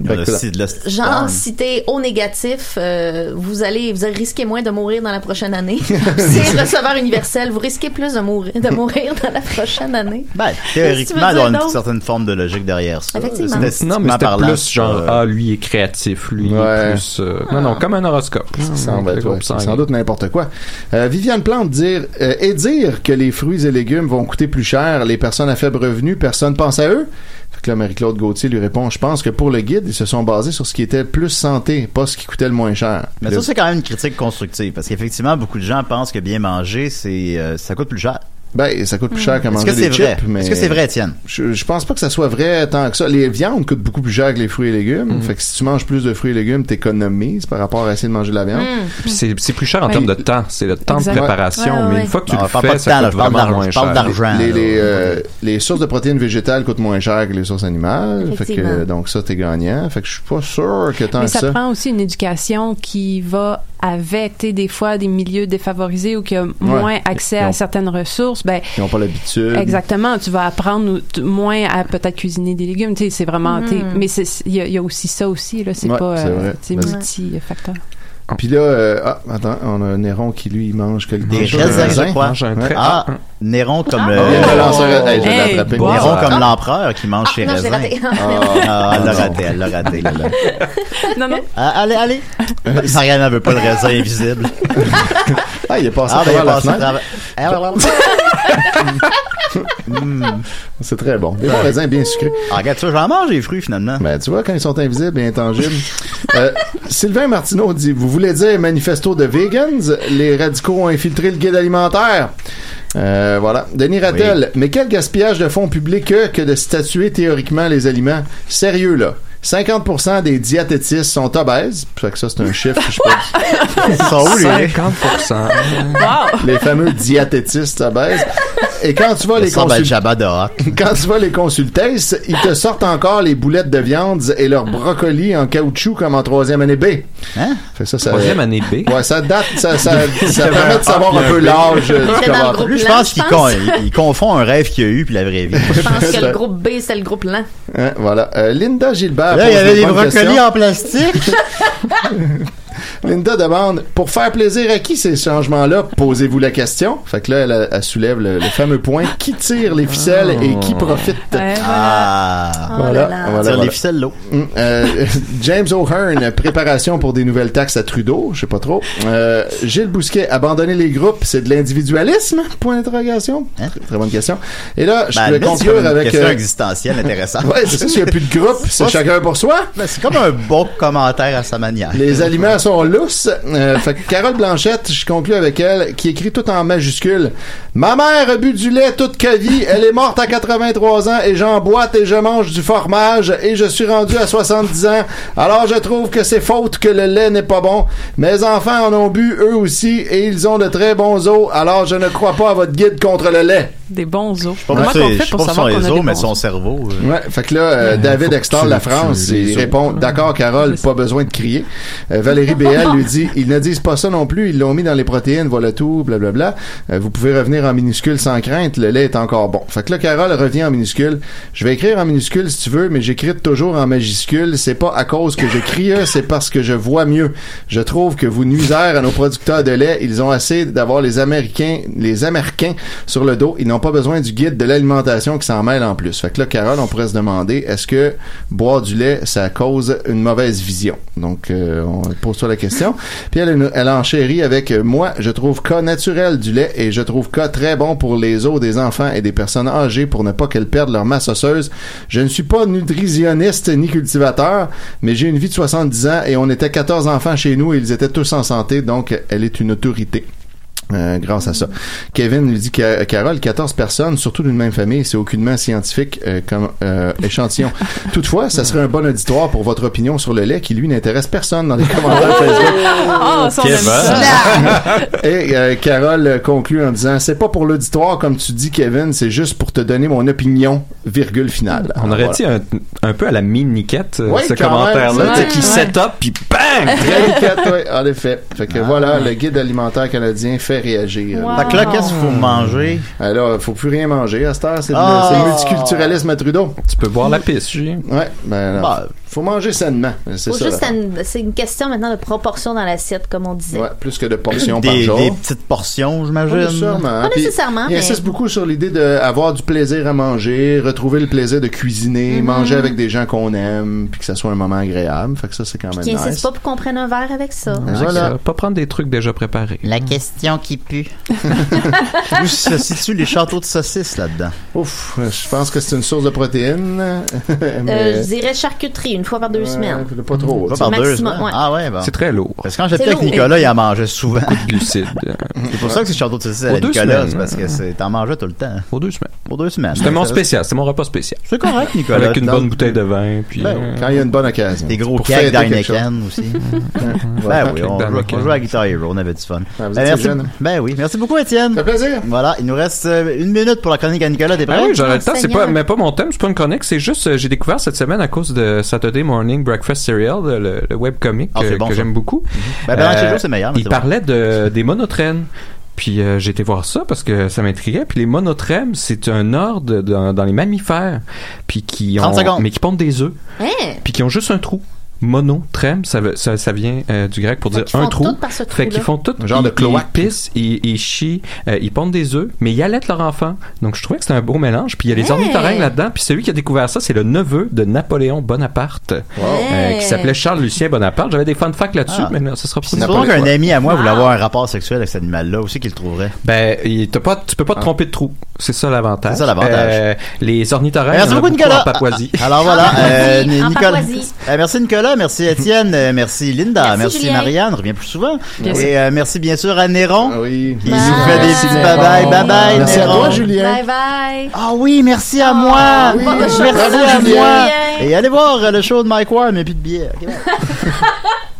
Ben,
Le site- le site-
Genre, si t'es au négatif, euh, vous allez vous allez risquer moins de mourir dans la prochaine année. c'est receveur universel, vous risquez plus de mourir, de mourir dans la prochaine année.
Ben,
Qu'est-ce que tu veux dire
théoriquement, il doit y avoir une
donc?
certaine forme de logique derrière ça.
Effectivement.
Non, mais
Statistiquement
c'était
parlant,
plus genre,
euh,
ah, lui, il est créatif, lui, il est
Ouais.
plus... euh, Non, non, comme un horoscope.
Ça
Avec
va
le
être,
groupe
ouais,
sanguin.
sans doute n'importe quoi. Euh, Viviane Plante dire euh, et dire que les fruits et légumes vont coûter plus cher, les personnes à faible revenu, personne pense à eux. Fait que là, Marie-Claude Gauthier lui répond Je pense que pour le guide, ils se sont basés sur ce qui était plus santé, pas ce qui coûtait le moins cher.
Mais
Le-
ça, c'est quand même une critique constructive, parce qu'effectivement, beaucoup de gens pensent que bien manger, c'est euh, ça coûte plus cher.
Ben, ça coûte plus cher qu'à
Est-ce
manger
que
des
c'est
chips,
vrai?
mais...
Est-ce que c'est vrai, Étienne?
Je, je pense pas que ça soit vrai tant que ça. Les viandes coûtent beaucoup plus cher que les fruits et légumes. Fait que si tu manges plus de fruits et légumes, t'économises par rapport à essayer de manger de la viande.
Hmm.
Puis c'est c'est plus cher en
Ouais.
termes de temps. C'est le temps
Exact.
de préparation.
Ouais, ouais,
Mais
ouais.
une fois que tu
Non,
le
je parle
fais,
Ah, pas de
ça
temps, là,
coûte
je parle
vraiment
d'argent,
moins
je parle
cher.
d'argent, Les- les, euh, les sources de protéines végétales coûtent moins cher que les sources animales. Fait que, euh,
Effectivement.
donc ça, t'es gagnant. Fait que je suis pas sûr que tant
Mais
que
ça,
ça.
prend aussi une éducation qui va avec, tu sais, des fois des milieux défavorisés ou qui ont moins accès
Ils ont-
à certaines ressources. Ben,
Ils n'ont pas l'habitude.
Exactement, tu vas apprendre ou t- moins à peut-être cuisiner des légumes, tu sais, c'est vraiment, tu sais,
Mm.
mais c'est- c'est- il y, a- il y a aussi ça aussi, là, c'est
Ouais,
pas,
c'est vrai.
c'est
Vas-y.
multi-facteur.
Puis là, euh, ah, attends, on a un Néron qui, lui, il mange quelque
Des
chose.
raisins, je crois.
Ouais.
Ah, Néron comme...
oh!
Il vient euh, de lancer un- Hey, je l'ai Hey, attrapé. bon.
Néron
Ah.
comme l'empereur qui mange ses
non, je l'ai
raisins.
raté.
Ah, elle l'a raté, elle l'a raté. là, là.
non, non.
Ah, allez, allez. Marianne, elle veut pas le raisin invisible.
ah, il est passé
ben,
à travers
il est
la
passé
fenêtre.
à travers-
C'est très bon. Des bons raisins bien sucrés.
Ah, regarde, tu vois, j'en mange les fruits finalement.
Ben, tu vois, quand ils sont invisibles et intangibles. Euh, Sylvain Martineau dit Vous voulez dire manifesto de vegans Les radicaux ont infiltré le guide alimentaire. Euh, voilà. Denis Rattel, mais quel gaspillage de fonds publics euh, que de statuer théoriquement les aliments Sérieux, là. 50% des diététistes sont obèses. Fait que ça, c'est un chiffre, je pense.
Ils sont où, les-
50%. Les fameux diététistes obèses. Et quand tu vas
ben, Le
les
sang
consulter.
Jabba de Hutt.
Quand tu vas les consulter, c- ils te sortent encore les boulettes de viande et leurs brocolis en caoutchouc comme en troisième année B.
Hein?
Fait ça, ça,
Troisième année B.
Ouais, ça date, ça, ça,
Il y
ça
avait
permet
un
de savoir
A,
un peu
puis
l'âge
B.
euh, du commentaire.
Lui, je pense qu'il con- il- il confond un rêve qu'il a eu puis la vraie vie.
Je pense que le groupe B, c'est le groupe lent.
Hein, voilà. Euh, Linda Gilbert.
Là, il y
pose
avait
une
des
bonne
brocolis
question.
en plastique.
Linda demande Pour faire plaisir à qui ces changements-là Posez-vous la question. Fait que là, elle, elle soulève le, le fameux point qui tire les ficelles et qui
Oh.
profite
Oh
Ah,
Voilà, voilà,
Tire
voilà.
les ficelles, l'eau.
Mm, euh, James O'Hearn, préparation pour des nouvelles taxes à Trudeau, je sais pas trop. Euh, Gilles Bousquet, abandonner les groupes, c'est de l'individualisme Point d'interrogation. Très, très bonne question. Et là, je
Hein? Ben,
vais
limite, c'est
conclure
comme une
avec.
question
euh,
existentielle intéressante.
Ouais, c'est ça, s'il y a plus de groupe, c'est chacun pour soi.
Ben, c'est comme un bon commentaire à sa manière.
Les aliments sont lousses. Euh, fait que Carole Blanchette, je conclue avec elle, qui écrit tout en majuscule. Ma mère a bu du lait toute sa vie. Elle est morte à 83 ans et j'emboîte et je mange du fromage et je suis rendu à 70 ans. Alors je trouve que c'est faute que le lait n'est pas bon. Mes enfants en ont bu eux aussi et ils ont de très bons os. Alors je ne crois pas à votre guide contre le lait.
Des bons os.
Pas
Comment
pour
qu'on
ses-
fait
je sais
pour
pas
savoir
pour son
qu'on a des
réseau, mais
bons
son
os?
cerveau. euh.
Ouais, fait que là, euh, David Extard, la France, il répond D'accord, Carole, pas besoin de crier. Euh, Valérie BL lui dit Ils ne disent pas ça non plus, ils l'ont mis dans les protéines, voilà tout, blablabla. Euh, vous pouvez revenir en minuscule sans crainte, le lait est encore bon. Fait que là, Carole revient en minuscule. Je vais écrire en minuscule si tu veux, mais j'écris toujours en majuscule. C'est pas à cause que je crie, euh, c'est parce que je vois mieux. Je trouve que vous nuisèrent à nos producteurs de lait. Ils ont assez d'avoir les Américains, les Américains sur le dos. Ils n'ont pas besoin du guide de l'alimentation qui s'en mêle en plus. Fait que là, Carole, on pourrait se demander, est-ce que boire du lait, ça cause une mauvaise vision? Donc, euh, on pose-toi la question. Puis elle, a une- elle enchérit avec euh, moi, je trouve cas naturel du lait et je trouve cas très bon pour les os des enfants et des personnes âgées pour ne pas qu'elles perdent leur masse osseuse. Je ne suis pas nutritionniste ni cultivateur, mais j'ai une vie de 70 ans et on était 14 enfants chez nous et ils étaient tous en santé, donc elle est une autorité. Euh, grâce à ça. Kevin lui dit que Carole, 14 personnes, surtout d'une même famille, c'est aucunement scientifique euh, comme euh, échantillon. Toutefois, ça serait un bon auditoire pour votre opinion sur le lait qui, lui, n'intéresse personne dans les commentaires Facebook.
Ah, ça, on aime ça.
Ah, Et euh, Carole conclut en disant C'est pas pour l'auditoire comme tu dis, Kevin, c'est juste pour te donner mon opinion, virgule finale.
On aurait
Voilà.
dit un, un peu à la mini-quête, euh,
Oui,
ce
quand
commentaire-là,
même,
tu sais,
ouais,
qui
ouais.
set up puis bang!
Très inquiète, oui, en effet. Fait
Ah,
que voilà, le guide alimentaire canadien fait réagir.
Wow. Fait que là, qu'est-ce qu'il faut manger?
Alors, faut plus rien manger à cette heure. C'est le-
Ah.
c'est le multiculturalisme à Trudeau.
Tu peux boire la pisse, oui.
Ouais, ben, alors,
Bah,
faut manger sainement. C'est
Faut
ça.
juste
là.
une- C'est une question maintenant de proportion dans l'assiette, comme on disait.
Ouais, hein, plus que de portions
Des-
par jour.
des petites portions, j'imagine.
Pas nécessairement.
Pas
Puis,
nécessairement,
Il insiste
mais-
beaucoup sur l'idée d'avoir du plaisir à manger, retrouver le plaisir de cuisiner, manger avec des gens qu'on aime, puis que ça soit un moment agréable. Fait que ça, c'est quand même
Qui insiste
nice.
pas pour qu'on prenne un verre avec ça.
Voilà.
Pas prendre des trucs déjà préparés.
La question qui pue. Où se situent les châteaux de saucisses là-dedans?
Ouf, je pense que c'est une source de protéines.
Euh, je dirais charcuterie une fois par deux semaines.
Pas trop.
Pas par deux
Maximum,
semaines.
ouais.
Ah ouais, bon.
C'est très lourd.
Parce que quand
C'est
j'étais avec
lourd.
Nicolas, il en mangeait souvent.
Glucides. euh,
C'est pour ça que c'est le château de saucisse à la
Aux deux
Nicolas,
semaines,
c'est parce que
hein.
c'est- t'en mangeais tout le temps.
Aux deux semaines.
Aux deux semaines.
C'était mon
Ah, Ça-
spécial, c'était mon repas spécial.
C'est correct, Nicolas.
Avec une
Dans-
bonne bouteille de vin. Puis, euh,
Ben,
quand il y a une bonne occasion.
Des gros
Pour
cakes
fêter quelque
d'Heineken
chose.
aussi.
Ouais.
ben oui, on, joue-
Cakes d'Heineken. Ah,
on joue à Guitar Hero, on avait du fun.
vous
ben,
étiez
merci,
jeune.
ben oui, merci beaucoup Étienne. Ça
fait plaisir.
Voilà, il nous reste euh, une minute pour la chronique à Nicolas, t'es prêt?
Ah oui, j'aurais le temps. C'est pas, mais pas mon thème, c'est pas une chronique. C'est juste, euh, j'ai découvert cette semaine à cause de Saturday Morning Breakfast Cereal, le, le- le webcomic
Ah, c'est
euh,
bon,
que
ça.
j'aime beaucoup. Euh,
Ben, pendant que chez nous, c'est meilleur, mais
Il
c'est bon.
parlait de, des monotraînes. Puis euh, j'ai été voir ça parce que ça m'intriguait. Puis les monotrèmes, c'est un ordre dans, dans les mammifères, puis qui
30
ont,
secondes.
mais qui pondent des œufs, puis qui ont juste un trou. Monotrème, ça, veut- ça, ça vient euh, du grec pour dire
qu'ils
un
font
trou.
tout par ce
fait
trou-là.
qu'ils font tout.
Un genre de
Ils-
cloaque.
Ils pissent, ils, ils chient, euh, ils pondent des œufs, mais ils allaitent leur enfant. Donc je trouvais que c'était un beau mélange. Puis il y a les
Hey!
ornithorynques là-dedans. Puis celui qui a découvert ça, c'est le neveu de Napoléon Bonaparte, euh, qui s'appelait Charles Lucien Bonaparte. J'avais des fun facts là-dessus,
Ah.
mais non, ce sera pour
C'est
une
souvent
autre
qu'un
fois.
ami à moi
Ah.
voulait avoir un rapport sexuel avec cet animal-là aussi qu'il le trouverait.
Ben, il- t'as pas, tu peux pas te
Ah.
tromper de trou. C'est ça l'avantage.
C'est ça l'avantage.
Euh, les ornithorynques,
Merci
il y en a
beaucoup,
beaucoup
Nicolas.
en Papouasie.
Ah, Alors voilà, euh,
Papouasie, en
Nicolas.
Papouasie.
Euh, merci Nicolas, merci Étienne, euh, merci Linda,
Merci,
merci,
Julien.
Marianne, reviens plus souvent.
Bien sûr.
Et euh, merci bien sûr à Néron.
Ah
oui.
Il nous fait des petits bye bye, bye bye.
Merci à
Néron.
toi, Julien.
Bye bye.
Ah oui, merci à moi.
oui.
Merci
Bravo,
à
Julien.
moi. Et allez voir euh, le show de Mike Ward, mais plus de billets. Ok, bye.